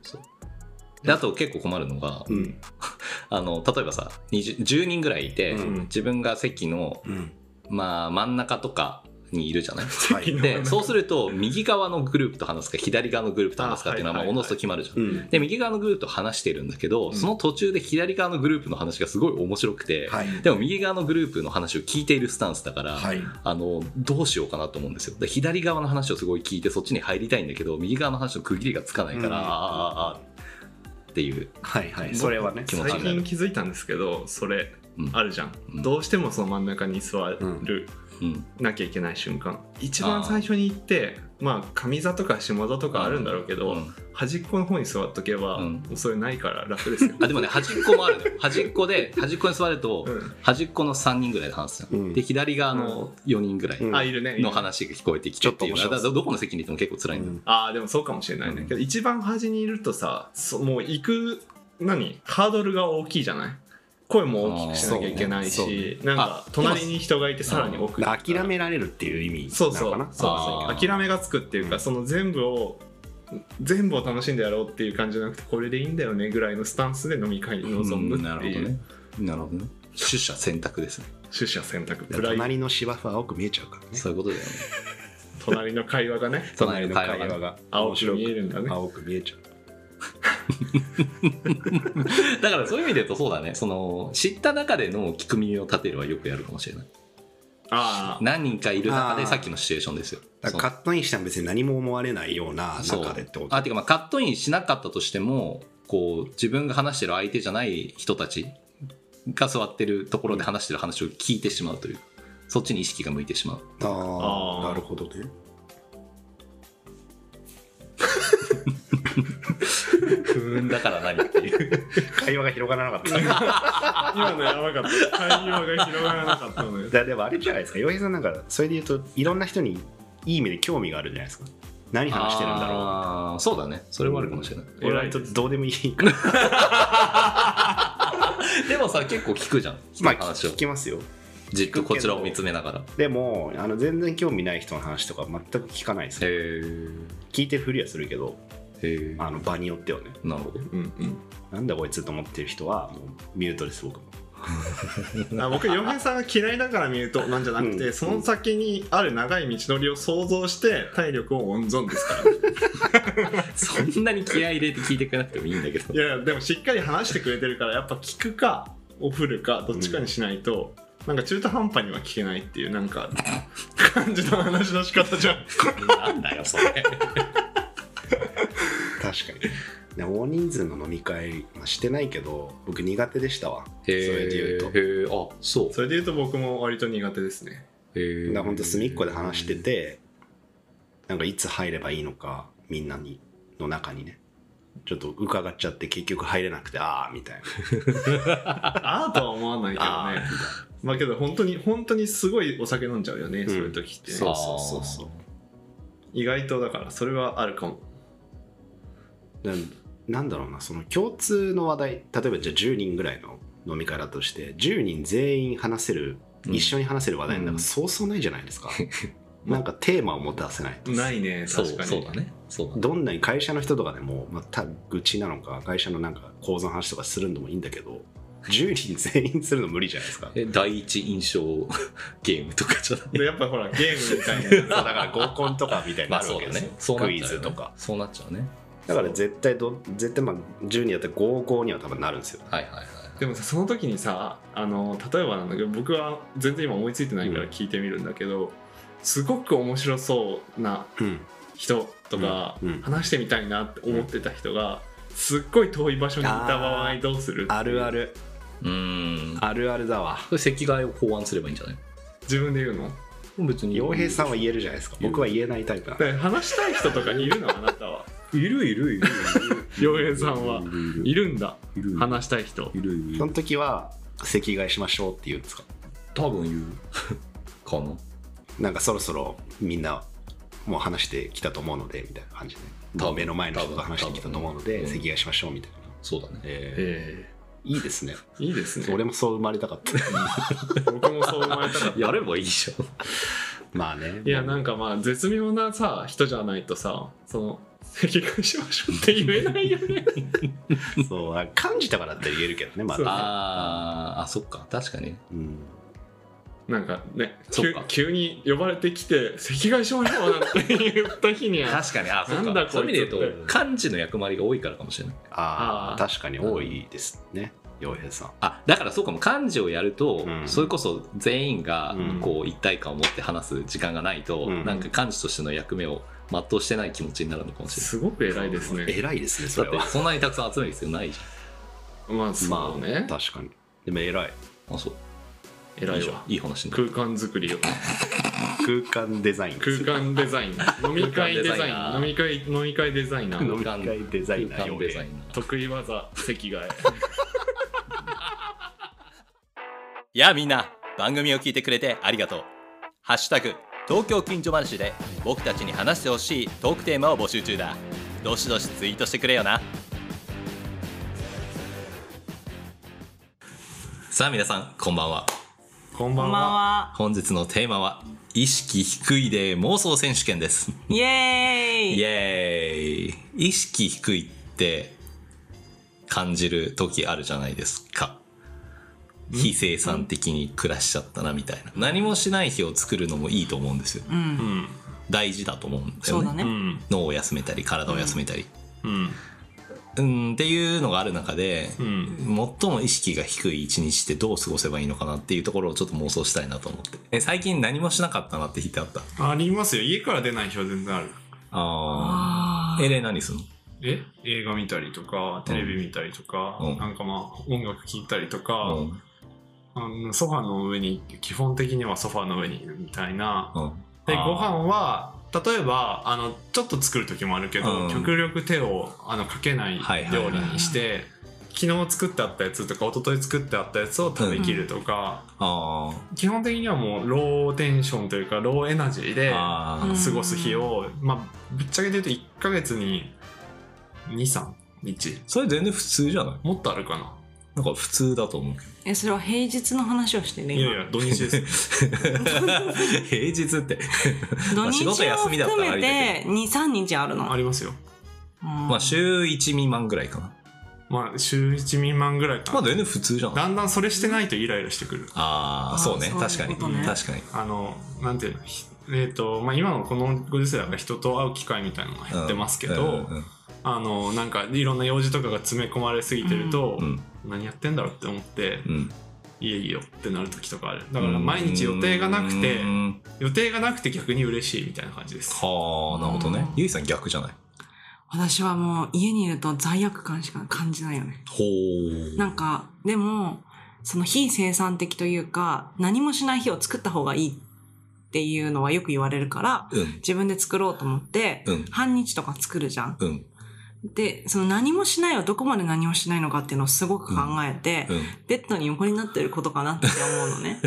[SPEAKER 3] であと結構困るのが、
[SPEAKER 2] うん
[SPEAKER 3] あの例えばさ20 10人ぐらいいて、
[SPEAKER 4] うん
[SPEAKER 3] 自分が席の、
[SPEAKER 4] うん
[SPEAKER 3] まあ、真ん中とかにいるじ
[SPEAKER 2] [laughs]
[SPEAKER 3] ゃない
[SPEAKER 4] は
[SPEAKER 2] 昨
[SPEAKER 4] い
[SPEAKER 2] 日
[SPEAKER 3] でそうすると右側のグループと話すか左側のグループと話すかっていうのはま
[SPEAKER 2] あ
[SPEAKER 3] あ
[SPEAKER 2] は
[SPEAKER 3] お
[SPEAKER 2] いはい
[SPEAKER 3] の
[SPEAKER 2] はい
[SPEAKER 3] ずと決まるじゃん。
[SPEAKER 4] うん
[SPEAKER 3] で右側のグループと話してるんだけど、
[SPEAKER 2] ん
[SPEAKER 3] その途中で左側のグループの話がすごい面白くて、
[SPEAKER 4] はい
[SPEAKER 3] でも右側のグループの話を聞いているスタンスだから、
[SPEAKER 4] はい
[SPEAKER 3] あのどうしようかなと思うんですよで左側の話をすごい聞いてそっちに入りたいんだけど右側の話の区切りがつかないから、
[SPEAKER 4] うん
[SPEAKER 3] ああああっていう
[SPEAKER 4] はいはいそれはね
[SPEAKER 3] 気持ち
[SPEAKER 2] 最
[SPEAKER 3] になる
[SPEAKER 2] 近気づいたんですけどそれ
[SPEAKER 3] うん
[SPEAKER 2] あるじゃん、
[SPEAKER 3] うん
[SPEAKER 2] どうしてもその真ん中に座る、
[SPEAKER 3] うん
[SPEAKER 2] なきゃいけない瞬間一番最初に行ってまあ上座とか下座とかあるんだろうけど、
[SPEAKER 3] うん
[SPEAKER 2] 端っこの方に座っとけば、
[SPEAKER 3] うん
[SPEAKER 2] もうそれないから楽ですよ
[SPEAKER 3] [laughs] あでもね端っこもあるのよ端っこで端っこに座ると、
[SPEAKER 2] う
[SPEAKER 3] 端っこの3人ぐらいで話すの
[SPEAKER 4] うん
[SPEAKER 3] で左側の4人ぐらい
[SPEAKER 4] うん
[SPEAKER 2] ん、あいるねいるね
[SPEAKER 3] の話が聞こえてきてっていうの
[SPEAKER 4] ち
[SPEAKER 3] は
[SPEAKER 4] ょっと面白い
[SPEAKER 3] だからどこの席にいても結構辛いんだよ、
[SPEAKER 2] ああでもそうかもしれないね、けど一番端にいるとさそもう行く何ハードルが大きいじゃない声も大きくしなきゃいけない
[SPEAKER 4] あーそうね
[SPEAKER 2] し、なんか
[SPEAKER 3] あ
[SPEAKER 2] 隣に人がいてさらに奥
[SPEAKER 4] だから諦められるっていう意味
[SPEAKER 2] そう
[SPEAKER 4] な
[SPEAKER 2] そ
[SPEAKER 4] の
[SPEAKER 2] う
[SPEAKER 4] かな
[SPEAKER 2] そう
[SPEAKER 3] あ
[SPEAKER 2] そう
[SPEAKER 3] ー
[SPEAKER 2] 諦めがつくっていうか、その全部を全部を楽しんでやろうっていう感じじゃなくてこれでいいんだよねぐらいのスタンスで飲み会に臨む
[SPEAKER 3] な
[SPEAKER 2] って
[SPEAKER 3] る
[SPEAKER 2] い
[SPEAKER 3] ほ
[SPEAKER 2] う、
[SPEAKER 3] どねなるほどね取捨選択ですね
[SPEAKER 2] 取捨選択プライ
[SPEAKER 4] 隣の芝生は青く見えちゃうからね
[SPEAKER 3] そういうことだよね
[SPEAKER 2] 隣の会話がね
[SPEAKER 3] 隣の会話が
[SPEAKER 4] が
[SPEAKER 2] 青く見えるんだね
[SPEAKER 4] 青く見えちゃう
[SPEAKER 3] だからそういう意味で言うとそうだねその知った中での聞く耳を立てるはよくやるかもしれない
[SPEAKER 2] ああ
[SPEAKER 3] 何人かいる中で
[SPEAKER 4] あー
[SPEAKER 3] さっきのシチュエーションですよ
[SPEAKER 4] だからカットインしても別に何も思われないような
[SPEAKER 3] そう
[SPEAKER 4] 中でってこと
[SPEAKER 3] あていうかまあカットインしなかったとしてもこう自分が話してる相手じゃない人たちが座ってるところで話してる話を聞いてしまうというそっちに意識が向い
[SPEAKER 4] [laughs]
[SPEAKER 3] てしまう
[SPEAKER 4] あ
[SPEAKER 2] あー
[SPEAKER 4] あなるほどね
[SPEAKER 3] 不運だから何っていう [laughs]
[SPEAKER 4] 会話が広がらなかった
[SPEAKER 2] 今のやばかった会話が広がらなかったのよ
[SPEAKER 4] だでもあれじゃないですか洋平さんなんかそれで言うといろんな人にいい意味で興味があるじゃないですか何話してるんだろう
[SPEAKER 3] あーそうだねそれはあるかもしれない、
[SPEAKER 2] ー
[SPEAKER 4] 俺はちょっとどうでもいいから
[SPEAKER 3] でもさ結構聞くじゃん人
[SPEAKER 4] ま
[SPEAKER 3] の
[SPEAKER 4] あ
[SPEAKER 3] 話を
[SPEAKER 4] 聞きますよ
[SPEAKER 3] じっとこちらを見つめながら
[SPEAKER 4] でもあの全然興味ない人の話とか全く聞かないです
[SPEAKER 3] へ
[SPEAKER 4] よ
[SPEAKER 3] ー
[SPEAKER 4] 聞いてるふりはするけど
[SPEAKER 3] へえ
[SPEAKER 4] あの場によってはね
[SPEAKER 3] なるほど
[SPEAKER 2] うんうん
[SPEAKER 4] なんだこいつと思ってる人はもうミュートです僕も
[SPEAKER 2] あ僕洋平さんが嫌いだから見るとなんじゃなくて、
[SPEAKER 4] うん
[SPEAKER 2] その先にある長い道のりを想像して体力を温存ですから、ね、
[SPEAKER 3] そんなに気合い入れて聞いてくれなくてもいいんだけど
[SPEAKER 2] いやいやでもしっかり話してくれてるからやっぱ聞くかオフるかどっちかにしないと、なんか中途半端には聞けないっていうなんか感じの話の仕方じゃん
[SPEAKER 3] なんだ
[SPEAKER 4] [laughs]
[SPEAKER 3] よそれ
[SPEAKER 4] 確かに [laughs] で大人数の飲み会、まあ、してないけど僕苦手でしたわそれで言うと
[SPEAKER 3] へえあそう
[SPEAKER 2] それで言うと僕も割と苦手ですね
[SPEAKER 3] へ
[SPEAKER 4] だ
[SPEAKER 3] え
[SPEAKER 4] からほんと隅っこで話しててなんかいつ入ればいいのかみんなにの中にねちょっと伺っちゃって結局入れなくてああみたいな
[SPEAKER 2] ああとは思わないけど
[SPEAKER 3] あ
[SPEAKER 2] ねまあけど本当に本当にすごいお酒飲んじゃうよね、そういう時って
[SPEAKER 4] そうそうそうそう
[SPEAKER 2] 意外とだからそれはあるかも
[SPEAKER 4] ななんだろうなその共通の話題例えばじゃあ10人ぐらいの飲み会だとして10人全員話せる
[SPEAKER 3] うん
[SPEAKER 4] 一緒に話せる話題なん
[SPEAKER 3] うん
[SPEAKER 4] かそうそうないじゃない
[SPEAKER 3] [laughs]
[SPEAKER 4] ですか、なんかテーマを持たせないと
[SPEAKER 2] ないね
[SPEAKER 3] そう
[SPEAKER 2] 確かに
[SPEAKER 3] そうだねそうだね
[SPEAKER 4] どんなに会社の人とかでも、まあ、た愚痴なのか会社のなんか構造の話とかするのもいいんだけど10人全員するの無理じゃないですか
[SPEAKER 3] え第一印象ゲームとかじゃない
[SPEAKER 2] でやっぱほらゲームみたい
[SPEAKER 4] [laughs] そうだから合コンとかみたいに
[SPEAKER 3] ま
[SPEAKER 4] なる
[SPEAKER 3] あそ
[SPEAKER 4] わ
[SPEAKER 3] う
[SPEAKER 4] け
[SPEAKER 3] だ
[SPEAKER 4] です
[SPEAKER 3] ね
[SPEAKER 4] よ、
[SPEAKER 3] そうなっ
[SPEAKER 4] ク
[SPEAKER 3] ち
[SPEAKER 4] イ
[SPEAKER 3] ゃう
[SPEAKER 4] ズ
[SPEAKER 3] ね
[SPEAKER 4] とか
[SPEAKER 3] そうなっちゃうね
[SPEAKER 4] だから絶対ど絶対まあ10人だったら55には多分なるんですよ
[SPEAKER 3] はいはいはい
[SPEAKER 2] でもさその時にさあの例えばなんだけど僕は全然今思いついてないから聞いてみるんだけど、すごく面白そうな
[SPEAKER 4] うん
[SPEAKER 2] 人とか、
[SPEAKER 4] うんうん
[SPEAKER 2] 話してみたいなって思ってた人がすっごい遠い場所にいた場合どうする
[SPEAKER 4] あるある
[SPEAKER 3] うん
[SPEAKER 4] あるあるだわ
[SPEAKER 3] これ席替えを考案すればいいんじゃない
[SPEAKER 2] 自分で言うの
[SPEAKER 3] 別に
[SPEAKER 4] 洋平さんは言えるじゃないですか
[SPEAKER 3] 言う
[SPEAKER 4] 僕は言えないタイプなんで
[SPEAKER 2] で話したい人とかにいるのあなたは
[SPEAKER 3] いるいるいる
[SPEAKER 2] 洋平さんはいいるんだ
[SPEAKER 3] いる
[SPEAKER 2] 話したい人
[SPEAKER 3] いるい
[SPEAKER 4] その時は席替えしましょうって言うんですか
[SPEAKER 3] 多分言う [laughs] かな
[SPEAKER 4] なんかそろそろみんなもう話してきたと思うのでみたいな感じで
[SPEAKER 3] 多分
[SPEAKER 4] 目の前の人と話してきたと思うの
[SPEAKER 3] 多
[SPEAKER 4] で
[SPEAKER 3] 分
[SPEAKER 4] 席替えしましょうみたいな、
[SPEAKER 3] そうだね
[SPEAKER 4] え
[SPEAKER 2] え
[SPEAKER 4] ーいいですね
[SPEAKER 2] えいいですね
[SPEAKER 4] 俺もそう生まれたかった
[SPEAKER 3] [laughs]
[SPEAKER 2] 僕もそう思われたかった
[SPEAKER 3] やればいいじゃん
[SPEAKER 4] まあね
[SPEAKER 2] いやなんかまあ絶妙なさ人じゃないとさその席替えしましょうって言えないよ
[SPEAKER 3] [laughs]
[SPEAKER 2] ね
[SPEAKER 4] そうあ感じたからって言えるけどねま
[SPEAKER 2] そう
[SPEAKER 4] だ、
[SPEAKER 3] あーあそっか確かに
[SPEAKER 4] うん、
[SPEAKER 2] なんかね
[SPEAKER 3] そっ
[SPEAKER 2] 急
[SPEAKER 3] か
[SPEAKER 2] 急に呼ばれてきて席替えしましょうなんて言った日には
[SPEAKER 3] 確かにあそっ
[SPEAKER 2] なん
[SPEAKER 3] か
[SPEAKER 2] だ
[SPEAKER 3] そういう意味で
[SPEAKER 2] こい
[SPEAKER 3] 言
[SPEAKER 2] つ
[SPEAKER 3] うと漢字の役割が多いからかもしれない
[SPEAKER 4] あ
[SPEAKER 2] あ
[SPEAKER 4] あ
[SPEAKER 2] ー
[SPEAKER 4] 確かに多いですね洋平さん
[SPEAKER 3] あだからそうかも漢字をやると、
[SPEAKER 4] うん
[SPEAKER 3] それこそ全員が
[SPEAKER 4] うん
[SPEAKER 3] こう一体感を持って話す時間がないと、
[SPEAKER 4] うん
[SPEAKER 3] なんか漢字としての役目を全うしてない気持ちになるのかもしれない
[SPEAKER 2] すごく偉いですね
[SPEAKER 4] 偉いですねそれ
[SPEAKER 3] だっ
[SPEAKER 4] は
[SPEAKER 3] てそんなにたくさん集める必要ないじ
[SPEAKER 2] まあそうね、
[SPEAKER 4] 確かにでも偉い
[SPEAKER 3] ゃんあそう
[SPEAKER 2] 偉
[SPEAKER 3] い
[SPEAKER 2] い
[SPEAKER 3] じゃ
[SPEAKER 2] わ
[SPEAKER 3] んいい話になる
[SPEAKER 2] 空間作りを
[SPEAKER 4] 空間デザイン
[SPEAKER 2] 空間デ
[SPEAKER 3] [laughs]
[SPEAKER 2] ザイン飲み会デザイ
[SPEAKER 3] 空
[SPEAKER 2] ン飲
[SPEAKER 3] 間デ
[SPEAKER 2] み会飲み会デザイナ
[SPEAKER 4] 飲
[SPEAKER 2] ー
[SPEAKER 4] み会デザイナー
[SPEAKER 3] 空間
[SPEAKER 4] 洋
[SPEAKER 3] デ
[SPEAKER 4] 平
[SPEAKER 3] ザインナー
[SPEAKER 2] 得意技席替え
[SPEAKER 6] やあみんな番組を聞いてくれてありがとう「ハッシュタグ東京近所話」で僕たちに話してほしいトークテーマを募集中だどしどしツイートしてくれよな
[SPEAKER 3] さあ皆さんこんばんは
[SPEAKER 2] こんばんは
[SPEAKER 3] 本日のテーマは「意識低いで妄想選手権」です
[SPEAKER 7] イエーイ
[SPEAKER 3] イエーイ意識低いって感じる時あるじゃないですか非生産的に暮らしちゃったなみたいな何もしない日を作るのもいいと思うんですよ
[SPEAKER 7] うん、
[SPEAKER 2] うん
[SPEAKER 3] 大事だと思うんだ
[SPEAKER 7] そ
[SPEAKER 3] よ
[SPEAKER 7] う
[SPEAKER 3] ね
[SPEAKER 7] だね、
[SPEAKER 2] うん
[SPEAKER 3] 脳を休めたり体を休めたり、
[SPEAKER 2] うん
[SPEAKER 3] うん、っていうのがある中で、
[SPEAKER 2] うん
[SPEAKER 3] 最も意識が低い一日ってどう過ごせばいいのかなっていうところをちょっと妄想したいなと思ってえ最近何もしなかったなって日ってあった
[SPEAKER 2] ありますよ家から出ない日は全然ある
[SPEAKER 3] あ
[SPEAKER 7] あー
[SPEAKER 3] えれ何すんの
[SPEAKER 2] え映画見たりとかテレビ見たりとか、
[SPEAKER 3] うん
[SPEAKER 2] なんかまあ音楽聴いたりとか、
[SPEAKER 3] うん
[SPEAKER 2] あのソファの上に基本的にはソファの上にいるみたいな
[SPEAKER 3] うん
[SPEAKER 2] で
[SPEAKER 3] あー
[SPEAKER 2] ご飯は例えばあのちょっと作る時もあるけど、
[SPEAKER 3] うん
[SPEAKER 2] 極力手をあのかけない
[SPEAKER 3] はいはい
[SPEAKER 2] 料
[SPEAKER 3] はい
[SPEAKER 2] 理にして、昨日作ってあったやつとか一昨日作ってあったやつを食べきるとか、
[SPEAKER 3] あー
[SPEAKER 2] 基本的にはもうローテンションというかローエナジーで
[SPEAKER 3] あー
[SPEAKER 7] うん
[SPEAKER 2] 過ごす日を、まあ、ぶっちゃけて言うと1ヶ月に23日
[SPEAKER 3] それ全然普通じゃない
[SPEAKER 2] もっとあるかな
[SPEAKER 3] なんか普通だと思うけ
[SPEAKER 7] えそれは平日の話をしてね
[SPEAKER 2] いや
[SPEAKER 7] 今
[SPEAKER 2] いや土日です
[SPEAKER 3] [laughs] ど平日ってま
[SPEAKER 7] 土
[SPEAKER 3] あ仕
[SPEAKER 7] 日を
[SPEAKER 3] 事休
[SPEAKER 7] 含
[SPEAKER 3] みだったらあ
[SPEAKER 7] め
[SPEAKER 3] りだけ
[SPEAKER 7] て23日あるの
[SPEAKER 2] ありますよ
[SPEAKER 3] まあ週1未満ぐらいかな
[SPEAKER 2] まあ週1未満ぐらいか
[SPEAKER 3] まあ
[SPEAKER 2] な、
[SPEAKER 3] 全然普通じゃない
[SPEAKER 2] だんだんそれしてないとイライラしてくる
[SPEAKER 3] ああ
[SPEAKER 7] あー
[SPEAKER 3] そうね
[SPEAKER 7] そういう
[SPEAKER 3] 確かに
[SPEAKER 7] ことね
[SPEAKER 3] 確かに
[SPEAKER 2] あのなんていうのひえーとまあ、今のこのご時世だから人と会う機会みたいなのが減ってますけど、
[SPEAKER 3] うんうん
[SPEAKER 2] あのなんかいろんな用事とかが詰め込まれすぎてると、
[SPEAKER 3] うん
[SPEAKER 2] 何やってんだろうって思って、
[SPEAKER 3] うん
[SPEAKER 2] いえいいよってなる時とかあるだ
[SPEAKER 3] だ
[SPEAKER 2] から毎日予定がなくて
[SPEAKER 3] は
[SPEAKER 2] 予定がなくて逆に嬉しいみたいな感じです
[SPEAKER 3] あなるほどね
[SPEAKER 7] うん
[SPEAKER 3] ゆいさん逆じゃない
[SPEAKER 7] 私はもう家にいると罪悪感しか感じないよね
[SPEAKER 3] ほう
[SPEAKER 7] なんかでもその非生産的というか何もしない日を作った方がいいっていうのはよく言われるから
[SPEAKER 3] うん
[SPEAKER 7] 自分で作ろうと思って、
[SPEAKER 3] うん
[SPEAKER 7] 半日とか作るじゃん
[SPEAKER 3] うん
[SPEAKER 7] でその何もしないはどこまで何をしないのかっていうのをすごく考えて、
[SPEAKER 3] うん
[SPEAKER 7] ベッドに横になってることかなって思うのね。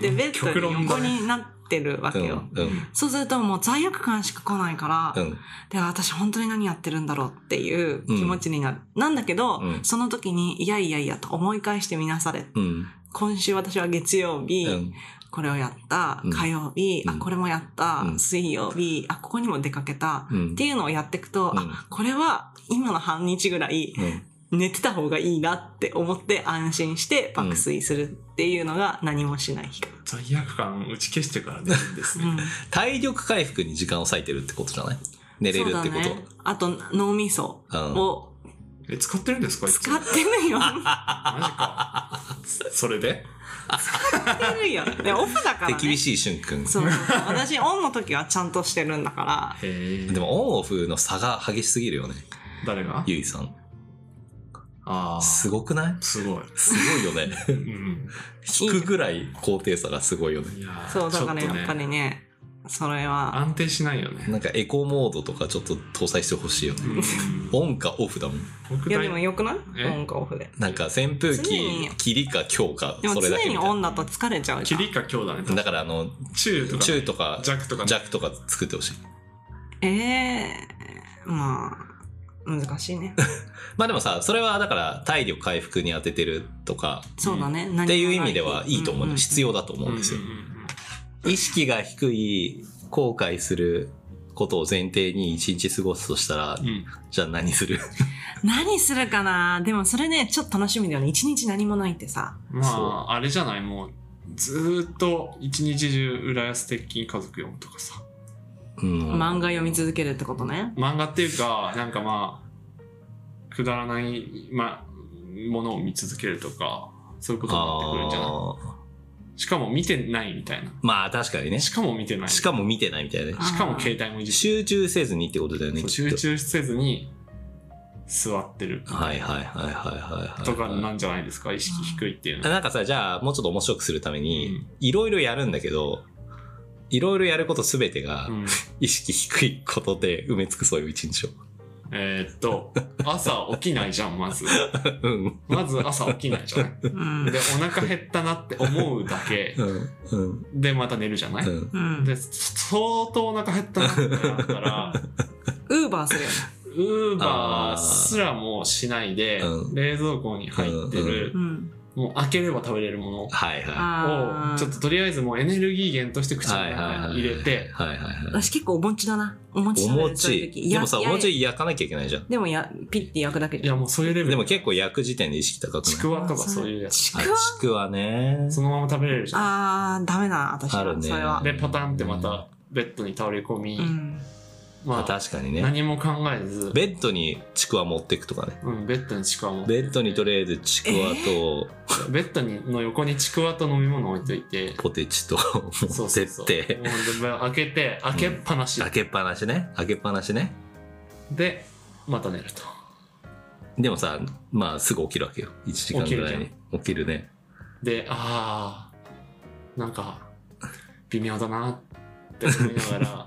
[SPEAKER 7] で、ベッド
[SPEAKER 2] 極
[SPEAKER 7] に
[SPEAKER 2] 論だ
[SPEAKER 7] 横
[SPEAKER 2] ね
[SPEAKER 7] になってるわ
[SPEAKER 3] う
[SPEAKER 7] けよ。
[SPEAKER 3] んうん
[SPEAKER 7] そうするともう罪悪感しか来ないから、
[SPEAKER 3] うん
[SPEAKER 7] で、私本当に何やってるんだろうっていう気持ちになる。なんだけど、
[SPEAKER 3] うん
[SPEAKER 7] その時に、いやいやいやと思い返してみなされ。
[SPEAKER 3] うん
[SPEAKER 7] 今週私は月曜日、
[SPEAKER 3] うん
[SPEAKER 7] これをやった
[SPEAKER 3] うん、
[SPEAKER 7] 火曜日、
[SPEAKER 3] うん
[SPEAKER 7] あ、これもやった、
[SPEAKER 3] うん
[SPEAKER 7] 水曜日、あ、ここにも出かけた、
[SPEAKER 3] うん
[SPEAKER 7] っていうのをやっていくと、
[SPEAKER 3] うん
[SPEAKER 7] あ、これは今の半日ぐらい、
[SPEAKER 3] うん
[SPEAKER 7] 寝てた方がいいなって思って安心して爆睡するっていうのが何もしない日か。
[SPEAKER 2] 罪悪感打ち消してから寝るんです
[SPEAKER 3] [laughs]
[SPEAKER 2] ね
[SPEAKER 3] 体力回復に時間を割いてるってことじゃない寝れるってこ
[SPEAKER 7] そうだねあと脳みそを
[SPEAKER 2] え、使ってるんですかいつ
[SPEAKER 7] 使
[SPEAKER 2] も
[SPEAKER 7] ってるよ。
[SPEAKER 2] マジか。それで
[SPEAKER 7] 使ってるよ。で、オフだから、
[SPEAKER 3] 手
[SPEAKER 7] ね。
[SPEAKER 3] 厳しい瞬君
[SPEAKER 7] そうそうそう私、オンの時はちゃんとしてるんだから。
[SPEAKER 2] へえ。
[SPEAKER 3] でもオンオフの差が激しすぎるよね
[SPEAKER 2] 誰が
[SPEAKER 3] ゆいさん
[SPEAKER 2] ああ。
[SPEAKER 3] すごくない
[SPEAKER 2] すごい。
[SPEAKER 3] すごいよね
[SPEAKER 7] [laughs]
[SPEAKER 2] うん。
[SPEAKER 3] 引くぐらい高低差がすごいよね
[SPEAKER 2] いやー
[SPEAKER 7] そう、だから、ね
[SPEAKER 2] ちょと
[SPEAKER 7] やっぱりね、それは。
[SPEAKER 2] 安定しないよね。
[SPEAKER 3] なんかエコモードとかちょっと搭載してほしいよね
[SPEAKER 2] うん
[SPEAKER 3] オンかオフだもん
[SPEAKER 2] 僕
[SPEAKER 7] いや、
[SPEAKER 2] 大
[SPEAKER 7] でもよくない
[SPEAKER 2] え
[SPEAKER 7] オンかオフで。
[SPEAKER 3] なんか扇風
[SPEAKER 7] 常に
[SPEAKER 3] 機切りか強か
[SPEAKER 7] でも
[SPEAKER 3] それだ
[SPEAKER 7] 常
[SPEAKER 3] けみ
[SPEAKER 7] に
[SPEAKER 3] たい
[SPEAKER 7] オンだと疲れちゃうじ
[SPEAKER 2] キ
[SPEAKER 7] ゃん。
[SPEAKER 2] リか強だね。
[SPEAKER 3] なだからあの
[SPEAKER 2] 中とか。
[SPEAKER 3] 中とか
[SPEAKER 2] 弱とかね
[SPEAKER 3] 弱とか作ってほしい
[SPEAKER 7] えー、まあ、難しい
[SPEAKER 3] [laughs]
[SPEAKER 7] ね。
[SPEAKER 3] まあでもさそれはだから体力回復に当ててるとか
[SPEAKER 7] そうだね。何もな
[SPEAKER 3] っていう意味ではいいと思う、
[SPEAKER 7] んんん
[SPEAKER 3] 必要だと思
[SPEAKER 2] う
[SPEAKER 3] うんん
[SPEAKER 2] うんう
[SPEAKER 3] ですよ、
[SPEAKER 2] ん
[SPEAKER 3] 意識が低い後悔することを前提に一日過ごすとしたら、
[SPEAKER 2] うん。
[SPEAKER 3] じゃあ何する
[SPEAKER 7] 何するかなでもそれね、ちょっと楽しみだよね。一日何もないってさ。
[SPEAKER 2] ま
[SPEAKER 3] そう
[SPEAKER 2] あ、あれじゃない、もう、ずーっと一日中、浦安鉄筋家族読むとかさ。
[SPEAKER 3] うん、
[SPEAKER 7] 漫画読み続けるってことね。
[SPEAKER 2] 漫画っていうか、なんかまあ、くだらない、まあ、ものを見続けるとか、そういうことになってくるんじゃない
[SPEAKER 3] あー
[SPEAKER 2] しかも見てないみたいな。
[SPEAKER 3] まあ確かにね
[SPEAKER 2] し
[SPEAKER 3] し
[SPEAKER 2] かも見てない。しか
[SPEAKER 3] かも見てないみたいなね
[SPEAKER 2] も携帯もいじって
[SPEAKER 3] 集中せずにってことだよね
[SPEAKER 2] そう
[SPEAKER 3] きっ
[SPEAKER 2] 集
[SPEAKER 3] と
[SPEAKER 2] 中せずに座ってる
[SPEAKER 3] はいはいはいはいはいはい
[SPEAKER 2] とかなんじゃないですか、意識低いっていうのは。
[SPEAKER 3] なんかさじゃあもうちょっと面白くするため
[SPEAKER 2] う
[SPEAKER 3] に
[SPEAKER 2] ん
[SPEAKER 3] いろいろやるんだけどいろいろやることすべてが
[SPEAKER 2] うん
[SPEAKER 3] 意識低いことで埋め尽くそういう一日を [laughs]
[SPEAKER 2] えーっと、朝起きないじゃん、まず。
[SPEAKER 3] うん
[SPEAKER 2] まず朝起きないじゃない。
[SPEAKER 7] うん
[SPEAKER 2] で、。お腹減ったなって思うだけ
[SPEAKER 3] う。んうん
[SPEAKER 2] で、また寝るじゃな
[SPEAKER 3] う
[SPEAKER 2] い
[SPEAKER 3] ん
[SPEAKER 7] うん。
[SPEAKER 2] で、相当お腹減ったなってなったら、
[SPEAKER 7] ウーバーするよね。
[SPEAKER 2] ウーバーすらもしないで、
[SPEAKER 3] うん
[SPEAKER 2] 冷蔵庫に入ってる
[SPEAKER 7] う、ん。
[SPEAKER 2] もう開ければ食べれるものを、
[SPEAKER 3] はいは
[SPEAKER 7] ああ。
[SPEAKER 2] ちょっととりあえずもうエネルギー源として口
[SPEAKER 3] い
[SPEAKER 2] の
[SPEAKER 3] はいはい
[SPEAKER 2] 中
[SPEAKER 3] はい
[SPEAKER 2] に入れて、
[SPEAKER 3] はいはいはい
[SPEAKER 7] 私結構お餅だな。お餅
[SPEAKER 3] お
[SPEAKER 7] 食べるそういう
[SPEAKER 3] 餅
[SPEAKER 7] 時
[SPEAKER 3] でもさお
[SPEAKER 7] や
[SPEAKER 3] 餅焼かなきゃいけないじゃん
[SPEAKER 7] でもや、ピッて焼くだけ
[SPEAKER 2] い
[SPEAKER 7] じゃん。
[SPEAKER 2] やもうそういうレベル。
[SPEAKER 3] でも結構焼く時点で意識高く
[SPEAKER 2] ち
[SPEAKER 3] ない
[SPEAKER 2] くわとかそういうやつ。
[SPEAKER 7] ち
[SPEAKER 3] あ
[SPEAKER 7] くわ
[SPEAKER 3] ちくわね
[SPEAKER 2] そのまま食べれるじゃん。
[SPEAKER 7] あー、ダメだな、私
[SPEAKER 3] ある
[SPEAKER 7] は。
[SPEAKER 3] ね
[SPEAKER 7] それは。
[SPEAKER 2] で、パタンってまたベッドに倒れ込み、
[SPEAKER 7] うん。
[SPEAKER 2] ま
[SPEAKER 3] まあ
[SPEAKER 2] あ、
[SPEAKER 3] 確かにね
[SPEAKER 2] 何も考えず、
[SPEAKER 3] ベッドにちくわ持ってくとかね
[SPEAKER 2] うん、ベッドにちくわも。
[SPEAKER 3] ベッドにとりあえずちくわと
[SPEAKER 2] ベッドにの横にちくわと飲み物置いといて、
[SPEAKER 3] ポテチと持ってっ
[SPEAKER 2] もう
[SPEAKER 3] て
[SPEAKER 2] で開けて、開けっぱなし。
[SPEAKER 3] 開けっぱなしね開けっぱなしね
[SPEAKER 2] で、また寝ると。
[SPEAKER 3] でもさまあすぐ起きるわけよ1時間ぐらいに起きるね
[SPEAKER 2] で、あー、なんか、微妙だなって思いながら、
[SPEAKER 3] [laughs]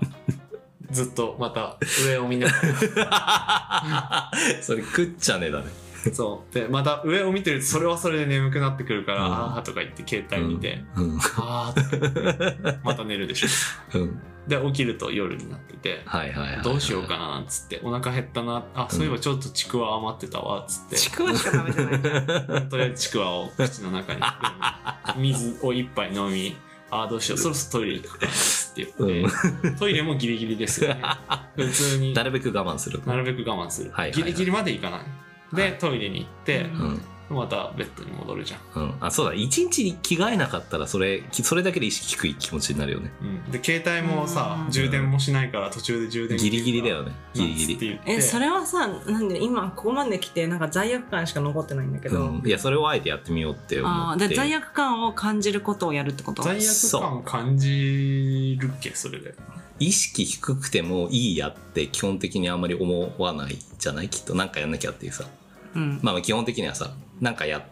[SPEAKER 2] ずっとまた上を見ながら、
[SPEAKER 3] [laughs] それ食っちゃねえだね
[SPEAKER 2] そう。で、また上を見てると、それはそれで眠くなってくるから、
[SPEAKER 3] うん
[SPEAKER 2] あーとか言って携帯見て、
[SPEAKER 3] うん
[SPEAKER 2] あーってまた寝るでしょ。
[SPEAKER 3] うん
[SPEAKER 2] で、起きると夜になってて、
[SPEAKER 3] はいはいはいはい
[SPEAKER 2] どうしようかななんつって、お腹減ったな、あ、そういえばちょっとちくわ余ってたわ、つって。
[SPEAKER 7] ちくわしか食べてない。
[SPEAKER 2] とりあえずちくわを口の中に含む水を一杯飲みああどうしようそろそろトイレ行くかなって言って、トイレもギリギリですよね普通に
[SPEAKER 3] な
[SPEAKER 2] な
[SPEAKER 3] るべく我慢する
[SPEAKER 2] るべく我慢する、
[SPEAKER 3] はいはいは
[SPEAKER 2] ギ
[SPEAKER 3] い
[SPEAKER 2] リギリまで行かないで、
[SPEAKER 3] はい
[SPEAKER 2] トイレに行って
[SPEAKER 7] う、
[SPEAKER 3] うん
[SPEAKER 2] またベッドに戻るじゃん、
[SPEAKER 3] うん、あそうだ一日に着替えなかったらそれきそれだけで意識低い気持ちになるよね
[SPEAKER 2] うんで携帯もさ
[SPEAKER 7] うん
[SPEAKER 2] 充電もしないから途中で充電
[SPEAKER 3] ギリギリだよ
[SPEAKER 2] ね
[SPEAKER 3] ねギリギリ、
[SPEAKER 2] リ
[SPEAKER 7] え、それはさ、なんで今ここまで来て、なんか罪悪感しか残ってないんだけ
[SPEAKER 3] う
[SPEAKER 7] ど。
[SPEAKER 3] ん、いやそれをあえてやってみようって思
[SPEAKER 7] あ
[SPEAKER 3] っ
[SPEAKER 7] あ、
[SPEAKER 3] て
[SPEAKER 7] で、罪悪感を感じることをやるってこと
[SPEAKER 2] 罪悪感を感じるっけそれで
[SPEAKER 3] 意識低くてもいいやって基本的にあんまり思わないじゃないきっとなんかやんなきゃっていうさ
[SPEAKER 7] うん。
[SPEAKER 3] まあまあ基本的にはさなんかや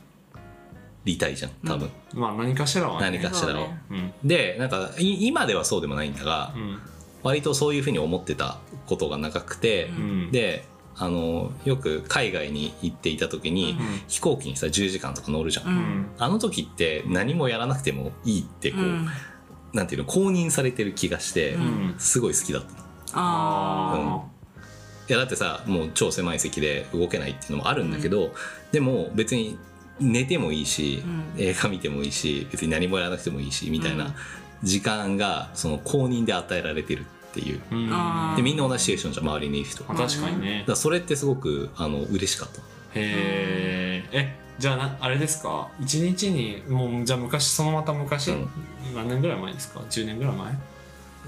[SPEAKER 3] りたいじゃん多分、
[SPEAKER 2] まあ何かしらは
[SPEAKER 3] 何かし
[SPEAKER 7] そう
[SPEAKER 3] らを、
[SPEAKER 7] ね
[SPEAKER 2] うん
[SPEAKER 3] でなんかい今ではそうでもないんだが、
[SPEAKER 2] うん
[SPEAKER 3] 割とそういうふうに思ってたことが長くて、
[SPEAKER 2] うん
[SPEAKER 3] であのよく海外に行っていた時に、
[SPEAKER 7] うん
[SPEAKER 3] 飛行機にさ10時間とか乗るじゃん、
[SPEAKER 7] う。
[SPEAKER 2] うんん
[SPEAKER 3] あの時って何もやらなくてもいいってこ
[SPEAKER 7] う
[SPEAKER 3] う、
[SPEAKER 7] ん。
[SPEAKER 3] なんていうの公認されてる気がして、
[SPEAKER 7] う
[SPEAKER 2] うんん
[SPEAKER 3] すごい好きだったの
[SPEAKER 7] ああ。
[SPEAKER 3] いやだってさもう超狭い席で動けないっていうのもあるんだけど、でも別に寝てもいいし、
[SPEAKER 7] うん
[SPEAKER 3] 映画見てもいいし別に何もやらなくてもいいしみたい
[SPEAKER 7] うん
[SPEAKER 3] な時間がその公認で与えられてるっていう
[SPEAKER 2] うん
[SPEAKER 7] あ
[SPEAKER 3] でみんな同じシチュエーションじゃん周りにいる人
[SPEAKER 2] まあ確かにね
[SPEAKER 3] だからそれってすごくあの嬉しかった
[SPEAKER 2] へーえじゃあなあれですか一日にもうじゃあ昔そのまた昔、
[SPEAKER 3] うん
[SPEAKER 2] 何年ぐらい前ですか10年ぐらい前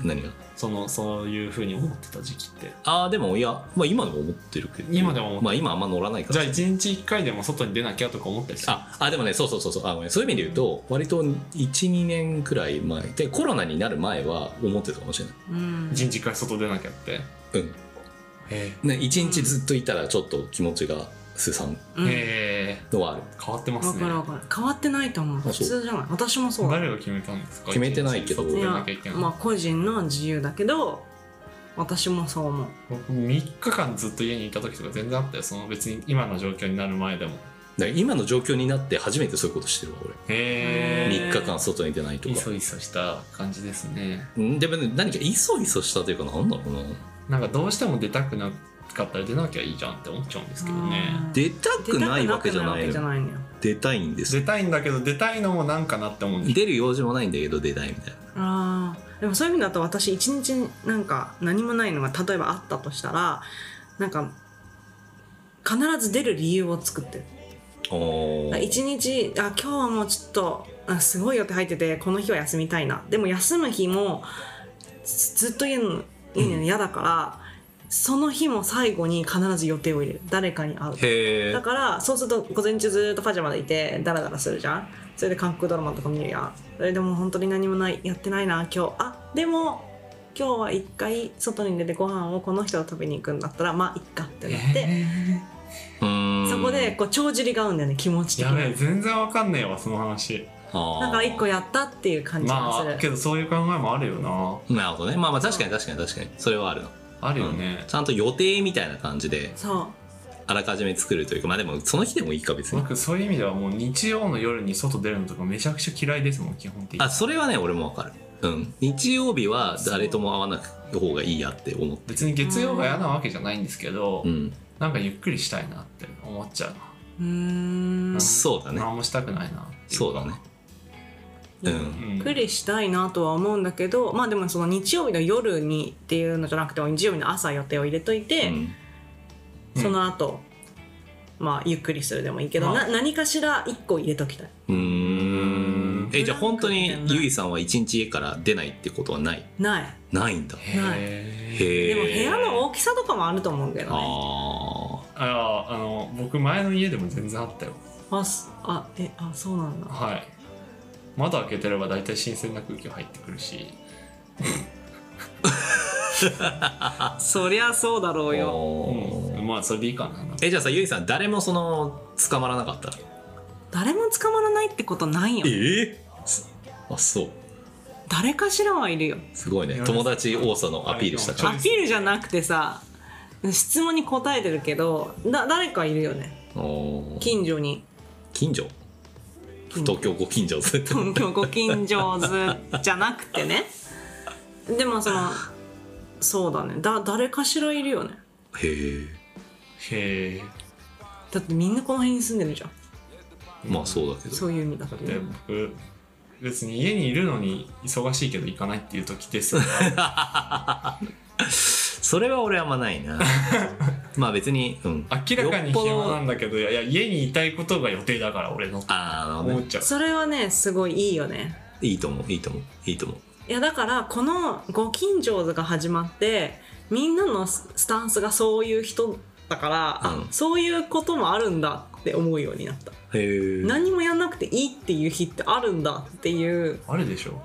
[SPEAKER 3] 何が
[SPEAKER 2] そのそういうふうに思ってた時期って
[SPEAKER 3] ああでもいや、まあ、今でも思ってるけど
[SPEAKER 2] 今でも思ってる
[SPEAKER 3] まあ今あんま乗らないか
[SPEAKER 2] じゃ
[SPEAKER 3] ら
[SPEAKER 2] あ一日一回でも外に出なきゃとか思ったりする
[SPEAKER 3] ああでもねそうそうそうそうあごめんそういう意味で言うと割と12年くらい前でコロナになる前は思ってたかもしれない
[SPEAKER 7] うん
[SPEAKER 2] 一日一回外出なきゃって
[SPEAKER 3] うん
[SPEAKER 2] へ
[SPEAKER 3] ね、一日ずっといたらちょっと気持ちがすさん
[SPEAKER 7] うん
[SPEAKER 2] え
[SPEAKER 3] のはある、
[SPEAKER 2] 変わってます
[SPEAKER 7] わ
[SPEAKER 2] ね
[SPEAKER 7] かるわかる変わってないと思う
[SPEAKER 3] そう
[SPEAKER 7] 普通じゃない私もそう
[SPEAKER 2] 誰が決めたんですか
[SPEAKER 3] 決めてないけど
[SPEAKER 2] 一日
[SPEAKER 7] い
[SPEAKER 2] 外出
[SPEAKER 7] や
[SPEAKER 2] なきゃいけない、
[SPEAKER 7] まあ個人の自由だけど私もそう思う
[SPEAKER 2] 僕3日間ずっと家にいた時とか全然あったよその別に今の状況になる前でも
[SPEAKER 3] だから今の状況になって初めてそういうことしてるわ俺
[SPEAKER 2] へ
[SPEAKER 7] へー
[SPEAKER 3] 3日間外に出ないと
[SPEAKER 2] い
[SPEAKER 3] か
[SPEAKER 2] そいそした感じですね
[SPEAKER 3] うんでもね何かいそいそしたというかなんだろうな
[SPEAKER 2] なんかどうしても出たくなかったら出なきゃいいじゃんって思っちゃうんですけどね
[SPEAKER 3] 出たくないわけじゃない
[SPEAKER 7] 出たくわけじゃないのよ
[SPEAKER 3] 出たいんです
[SPEAKER 2] 出たいんだけど出たいのもなんかなって思うんです
[SPEAKER 3] 出る用事もないんだけど出たいみたい
[SPEAKER 7] あーでもそういう意味だと私一日なんか何もないのが例えばあったとしたらなんか必ず出る理由を作ってる
[SPEAKER 3] なおー
[SPEAKER 7] 一日あ今日はもうちょっとあすごい予定入っててこの日は休みたいなでも休む日もずずっと家の家にいるの嫌だから、その日も最後に必ず予定を入れる誰かに会う
[SPEAKER 3] へ
[SPEAKER 7] だ
[SPEAKER 3] え
[SPEAKER 7] からそうすると午前中ずっとパジャマでいてダラダラするじゃんそれで韓国ドラマとか見るやんそれでもう本当に何もないやってないな今日あでも今日は一回外に出てご飯をこの人と食べに行くんだったらまあいっかってなって、そこでこう帳尻が合うんだよね気持ち的
[SPEAKER 2] やべえ
[SPEAKER 7] に
[SPEAKER 2] 全然わかんねえわその話
[SPEAKER 3] な
[SPEAKER 7] だから一個やったっていう感じ
[SPEAKER 2] ま
[SPEAKER 7] が
[SPEAKER 2] あ
[SPEAKER 7] す
[SPEAKER 2] け
[SPEAKER 7] る、
[SPEAKER 2] どそういう考えもあるよな
[SPEAKER 3] なるほどねまあまあ確かに確かに確かにそれはあるの
[SPEAKER 2] あるよね、
[SPEAKER 3] ちゃんと予定みたいな感じで
[SPEAKER 7] そ
[SPEAKER 3] あらかじめ作るというかまあでもその日でもいいか別に
[SPEAKER 2] 僕そういう意味ではもう日曜の夜に外出るのとかめちゃくちゃ嫌いですもん基本的に
[SPEAKER 3] あそれはね俺もわかるうん日曜日は誰とも会わなく方がいいやって思って
[SPEAKER 2] 別に月曜が嫌なわけじゃないんですけど、
[SPEAKER 3] うん
[SPEAKER 2] なんかゆっくりしたいなって思っちゃう
[SPEAKER 7] ううーん
[SPEAKER 2] な
[SPEAKER 3] そうだね
[SPEAKER 2] 何もしたくないなってい
[SPEAKER 3] そうだねう
[SPEAKER 7] うん
[SPEAKER 3] ん
[SPEAKER 2] う
[SPEAKER 7] ゆっく
[SPEAKER 2] ん
[SPEAKER 7] りしたいなとは思うんだけどまあでもその日曜日の夜にっていうのじゃなくても日曜日の朝予定を入れといて、
[SPEAKER 3] うん
[SPEAKER 2] うん
[SPEAKER 7] その後、まあゆっくりするでもいいけど、
[SPEAKER 2] まあ
[SPEAKER 7] な何かしら一個入れときたい。
[SPEAKER 3] うーんえじゃあ本当
[SPEAKER 7] ブラン
[SPEAKER 3] に
[SPEAKER 7] クみたいな
[SPEAKER 3] ゆいさんは一日家から出ないってことはない
[SPEAKER 7] ない。
[SPEAKER 3] ないんだ
[SPEAKER 7] ない
[SPEAKER 2] へー
[SPEAKER 3] へえ
[SPEAKER 7] でも部屋の大きさとかもあると思うけどね。
[SPEAKER 3] あ
[SPEAKER 2] ああの僕前の家でも全然あったよ
[SPEAKER 7] あ、すあ、え、あ、そうなんだ。
[SPEAKER 2] はい窓開けてれば大体新鮮な空気が入ってくるし
[SPEAKER 7] あ、そりゃそうだろ
[SPEAKER 3] あ
[SPEAKER 7] うよ。
[SPEAKER 2] うんまあそれでいいかななんか
[SPEAKER 3] えじゃあさゆいさん誰もその捕まらなかった
[SPEAKER 7] 誰も捕まらないってことないよ。
[SPEAKER 3] ええあそう
[SPEAKER 7] 誰かしらはいるよ。
[SPEAKER 3] すごいね友達多さのアピールした
[SPEAKER 2] そう
[SPEAKER 3] か
[SPEAKER 7] ア
[SPEAKER 2] で
[SPEAKER 7] ピールじゃなくてさ、質問に答えてるけど、だ誰かいるよね。
[SPEAKER 3] らおー
[SPEAKER 7] 近所に。
[SPEAKER 3] 近所
[SPEAKER 7] 近所
[SPEAKER 3] 東京ご近所ずっと
[SPEAKER 7] 東京ご近所図じゃなくてね。でもその、そうだね。だ誰かしらいるよね。
[SPEAKER 3] へえ
[SPEAKER 2] へえ
[SPEAKER 7] だってみんなこの辺に住んでるじゃん
[SPEAKER 3] まあそうだけど
[SPEAKER 7] そういう意味だ
[SPEAKER 2] だ
[SPEAKER 7] と
[SPEAKER 2] って僕別に家にいるのに忙しいけど行かないっていう時です
[SPEAKER 3] [laughs]
[SPEAKER 2] よ
[SPEAKER 3] それは俺あんまな
[SPEAKER 2] [laughs]
[SPEAKER 3] いなまあ別にうん
[SPEAKER 2] 明らかに暇なん
[SPEAKER 3] だ
[SPEAKER 2] だけどいやいや家にいたいことが予定だから俺のって
[SPEAKER 3] あーなるほど
[SPEAKER 2] 思っ
[SPEAKER 3] ね
[SPEAKER 2] ちゃう
[SPEAKER 7] それはねすごいいいよね
[SPEAKER 3] いいと思ういいと思ういいと思う
[SPEAKER 7] いやだからこの「ご近所図」が始まってみんなのススタンスがそういう人だから、あ
[SPEAKER 3] うん
[SPEAKER 7] そういうこともあるんだって思うようになった、
[SPEAKER 3] へえ
[SPEAKER 7] 何もやんなくていいっていう日ってあるんだっていう
[SPEAKER 2] あるでしょ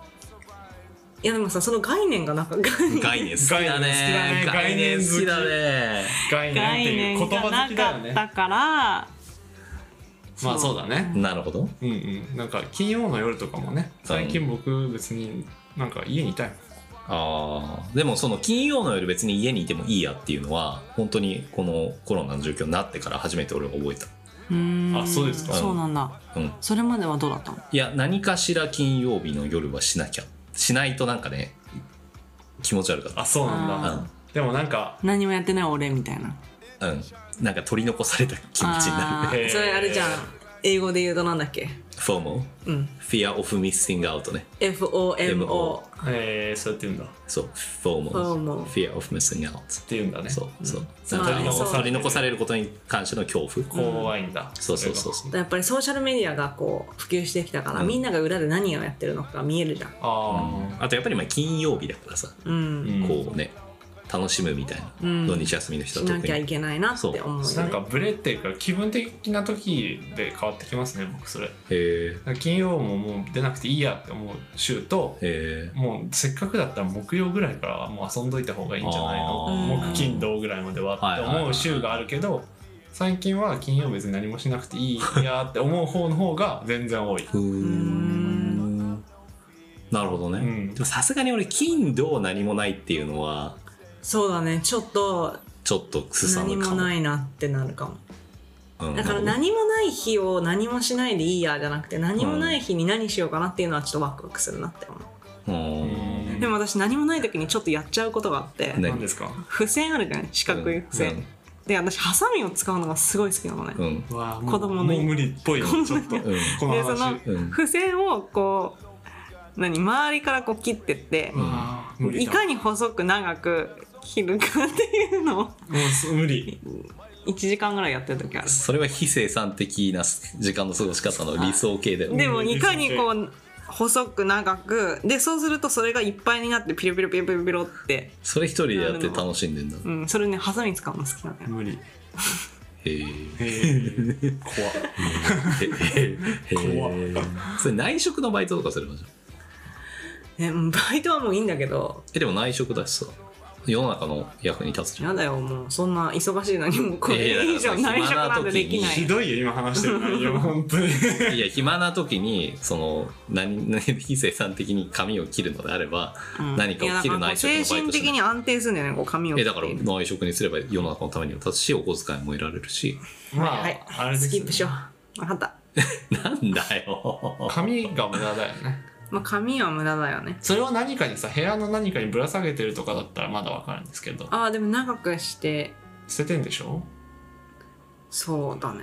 [SPEAKER 7] いやでもさその概念がなんか概念
[SPEAKER 3] 概念好きだね
[SPEAKER 2] 概念好きだね
[SPEAKER 3] 概念
[SPEAKER 2] 概念ってい
[SPEAKER 3] 好きだね
[SPEAKER 2] う言葉好きだよね
[SPEAKER 7] から
[SPEAKER 2] まあそうだね
[SPEAKER 3] なるほど
[SPEAKER 2] うんうんなんか金曜の夜とかもね最近僕別になんか家にいたいもん
[SPEAKER 3] あーでもその金曜の夜別に家にいてもいいやっていうのは本当にこのコロナの状況になってから初めて俺は覚えた
[SPEAKER 2] あそうですか
[SPEAKER 7] そうなんだ
[SPEAKER 3] うん
[SPEAKER 7] それまではどうだったの
[SPEAKER 3] いや何かしら金曜日の夜はしなきゃしないとなんかね気持ち悪かった
[SPEAKER 2] あそうなんだ
[SPEAKER 7] あ
[SPEAKER 2] でもなんか
[SPEAKER 7] 何もやってない俺みたいな
[SPEAKER 3] うん、うん、なんか取り残された気持ちになる
[SPEAKER 7] あー
[SPEAKER 2] へー
[SPEAKER 7] それあれじゃん英語で言うとなんだっけ
[SPEAKER 3] FOMO
[SPEAKER 7] うん
[SPEAKER 3] Fear of Missing Out ね
[SPEAKER 7] FOMO
[SPEAKER 2] えー、そうやって言うんだっ
[SPEAKER 3] そう、FOMO。
[SPEAKER 7] FOMO
[SPEAKER 3] Fear of missing out。
[SPEAKER 2] て言うんだね
[SPEAKER 3] そうそう。
[SPEAKER 7] うん
[SPEAKER 3] なんか
[SPEAKER 7] まあそう
[SPEAKER 3] 取り残されることに関しての恐怖。
[SPEAKER 2] 怖いんだ、
[SPEAKER 3] そうそうそうそう。
[SPEAKER 7] やっぱりソーシャルメディアがこう普及してきたから、
[SPEAKER 3] うん
[SPEAKER 7] みんなが裏で何をやってるのか見えるじゃん。
[SPEAKER 2] あ
[SPEAKER 3] あとやっぱりまあ金曜日だからさ、
[SPEAKER 7] う
[SPEAKER 2] あ、
[SPEAKER 7] ん、
[SPEAKER 2] ん
[SPEAKER 3] こうね、楽しむみたいな、
[SPEAKER 7] うん
[SPEAKER 3] 土日休みの人
[SPEAKER 7] し
[SPEAKER 3] は
[SPEAKER 7] な
[SPEAKER 3] 特
[SPEAKER 7] きゃい
[SPEAKER 3] に。
[SPEAKER 7] けないなって思うよね。
[SPEAKER 2] なんかブレっていうか気分的な時で変わってきますね僕それ
[SPEAKER 3] へ
[SPEAKER 2] 金曜ももう出なくていいやって思う週と
[SPEAKER 3] え。へ
[SPEAKER 2] もうせっかくだったら木曜ぐらいからはもう遊んどいた方がいいんじゃない
[SPEAKER 3] あ
[SPEAKER 2] の
[SPEAKER 7] ー
[SPEAKER 2] 木金土ぐらいまでは
[SPEAKER 3] はい
[SPEAKER 2] って
[SPEAKER 3] はいはい
[SPEAKER 2] 思う週があるけど最近は金曜別に何もしなくていいやって思う方の方が全然多い
[SPEAKER 3] え。ふーん。なるほどね。
[SPEAKER 2] うん
[SPEAKER 3] でもさすがに俺、金土何もないっていうのは、
[SPEAKER 7] そうだね、ちょっと
[SPEAKER 3] ちょっとすさ
[SPEAKER 7] 何
[SPEAKER 3] む
[SPEAKER 7] も
[SPEAKER 3] かも。
[SPEAKER 7] ないなってなるかも。
[SPEAKER 3] うん
[SPEAKER 7] だから
[SPEAKER 3] なる
[SPEAKER 7] 何もない日を何もしないでいいやじゃなくて、何もない日に何しようかなっていうのはちょっとワクワクするなって思う。
[SPEAKER 3] ほどうん
[SPEAKER 7] でも私何もない時にちょっとやっちゃうことがあって、
[SPEAKER 3] ね
[SPEAKER 2] 何ですか
[SPEAKER 7] 付箋あるじゃない四角い付箋、で私ハサミを使うのがすごい好きなのね、
[SPEAKER 3] うん。
[SPEAKER 2] わあ
[SPEAKER 7] 子供の
[SPEAKER 2] もう無理っぽいよちょっと
[SPEAKER 3] うん。
[SPEAKER 2] この
[SPEAKER 7] でその
[SPEAKER 2] 話
[SPEAKER 3] うん。
[SPEAKER 7] 付箋をこう何周りからこう切ってって、
[SPEAKER 2] あー無理
[SPEAKER 7] い
[SPEAKER 2] だ
[SPEAKER 7] かに細く長く切るかっていうのを [laughs]
[SPEAKER 2] もうす無理
[SPEAKER 7] 1時間ぐらいやってる時ある
[SPEAKER 3] それは非生産的な時間の過ごし方の理想形だよね。
[SPEAKER 7] でもいかにこう細く長くでそうするとそれがいっぱいになってピロピロピロピロピロって、
[SPEAKER 3] それ一人でやって楽しんでんだ。
[SPEAKER 7] うん、それねハサミ使うの好きなのよ
[SPEAKER 2] 無理
[SPEAKER 3] へえ。
[SPEAKER 2] へー怖っ
[SPEAKER 3] 怖それ内職のバイトとかすればじゃん。
[SPEAKER 7] ねうんバイトはもういいんだけど
[SPEAKER 3] え、でも内職だしさ、世の中の役に立つじゃん。
[SPEAKER 7] やだよもうそんな忙しいのにもうこ
[SPEAKER 3] いや
[SPEAKER 7] れ
[SPEAKER 3] いや
[SPEAKER 7] 以上内職なんてできな
[SPEAKER 2] ひ
[SPEAKER 7] い
[SPEAKER 2] どいよ今話してる内容本
[SPEAKER 7] [laughs]
[SPEAKER 2] 当に
[SPEAKER 3] いや、暇な時に、その、何、何、非生産的に髪を切るのであれば、
[SPEAKER 7] うん
[SPEAKER 3] 何か
[SPEAKER 7] いや
[SPEAKER 3] を切る内職のバイト
[SPEAKER 7] 精
[SPEAKER 3] し
[SPEAKER 7] 神的
[SPEAKER 3] ない
[SPEAKER 7] に安定するんだよねこう髪を切
[SPEAKER 3] え、
[SPEAKER 7] って
[SPEAKER 3] だから内職にすれば世の中のためにも立つし、お小遣いも得られるし。 [laughs]
[SPEAKER 2] ま
[SPEAKER 7] はい
[SPEAKER 2] ああれです
[SPEAKER 7] ス
[SPEAKER 2] ね
[SPEAKER 7] キップしよう分かった、
[SPEAKER 3] なんだよ。
[SPEAKER 2] 髪が無駄だよね
[SPEAKER 7] まあ、髪は無駄だよね
[SPEAKER 2] それを何かにさ部屋の何かにぶら下げてるとかだったらまだわかるんですけど
[SPEAKER 7] ああでも長くして
[SPEAKER 2] 捨ててんでしょ
[SPEAKER 7] そうだね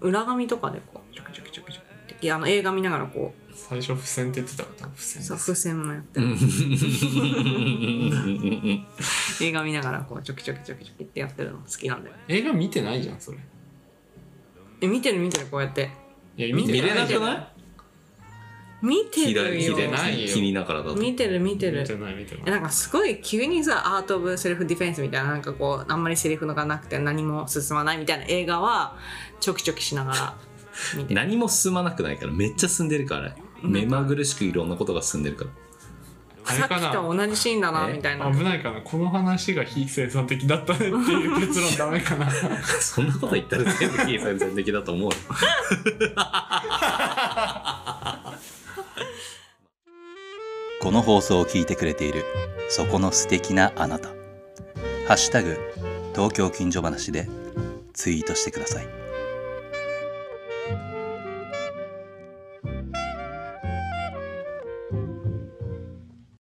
[SPEAKER 2] うん
[SPEAKER 7] 裏紙とかでこうちょくちょくちょくちょくっていやあの映画見ながらこ
[SPEAKER 2] 最初付箋って言ってたから付
[SPEAKER 7] う
[SPEAKER 2] 箋
[SPEAKER 7] そう付箋もやってる [laughs]
[SPEAKER 3] [laughs]
[SPEAKER 7] 映画見ながらこうちょくちょくちょくちょくってやってるの好きなんだよね
[SPEAKER 2] 映画見てないじゃんそれ
[SPEAKER 7] え見てる見てるこうやって
[SPEAKER 2] いや見て
[SPEAKER 3] 見れ
[SPEAKER 2] な
[SPEAKER 3] ないくない
[SPEAKER 7] 見てる
[SPEAKER 3] 左
[SPEAKER 7] よ
[SPEAKER 3] 左
[SPEAKER 2] ないよ
[SPEAKER 3] 気にながらだと。
[SPEAKER 7] 見てる見てる
[SPEAKER 2] 見てない見てない
[SPEAKER 7] えなんかすごい急にさアート・オブ・セルフ・ディフェンスみたいななんかこうあんまりセリフのがなくて何も進まないみたいな映画はちょきちょきしながら見て
[SPEAKER 3] 何も進まなくないからめっちゃ進んでるから目まぐるしくいろんなことが進んでるか
[SPEAKER 2] あれ
[SPEAKER 7] さっ
[SPEAKER 2] か
[SPEAKER 7] き
[SPEAKER 2] な
[SPEAKER 7] と同じシーンだな
[SPEAKER 3] え
[SPEAKER 7] みたいな
[SPEAKER 2] 危ないかなこの話が非生産的だったねっていう結論ダメかな
[SPEAKER 3] ら [laughs] そんなこと言ったら全部非生産的だと思うよ
[SPEAKER 6] [laughs] この放送を聞いてくれているそこの素敵なあなた「ハッシュタグ東京近所話」でツイートしてください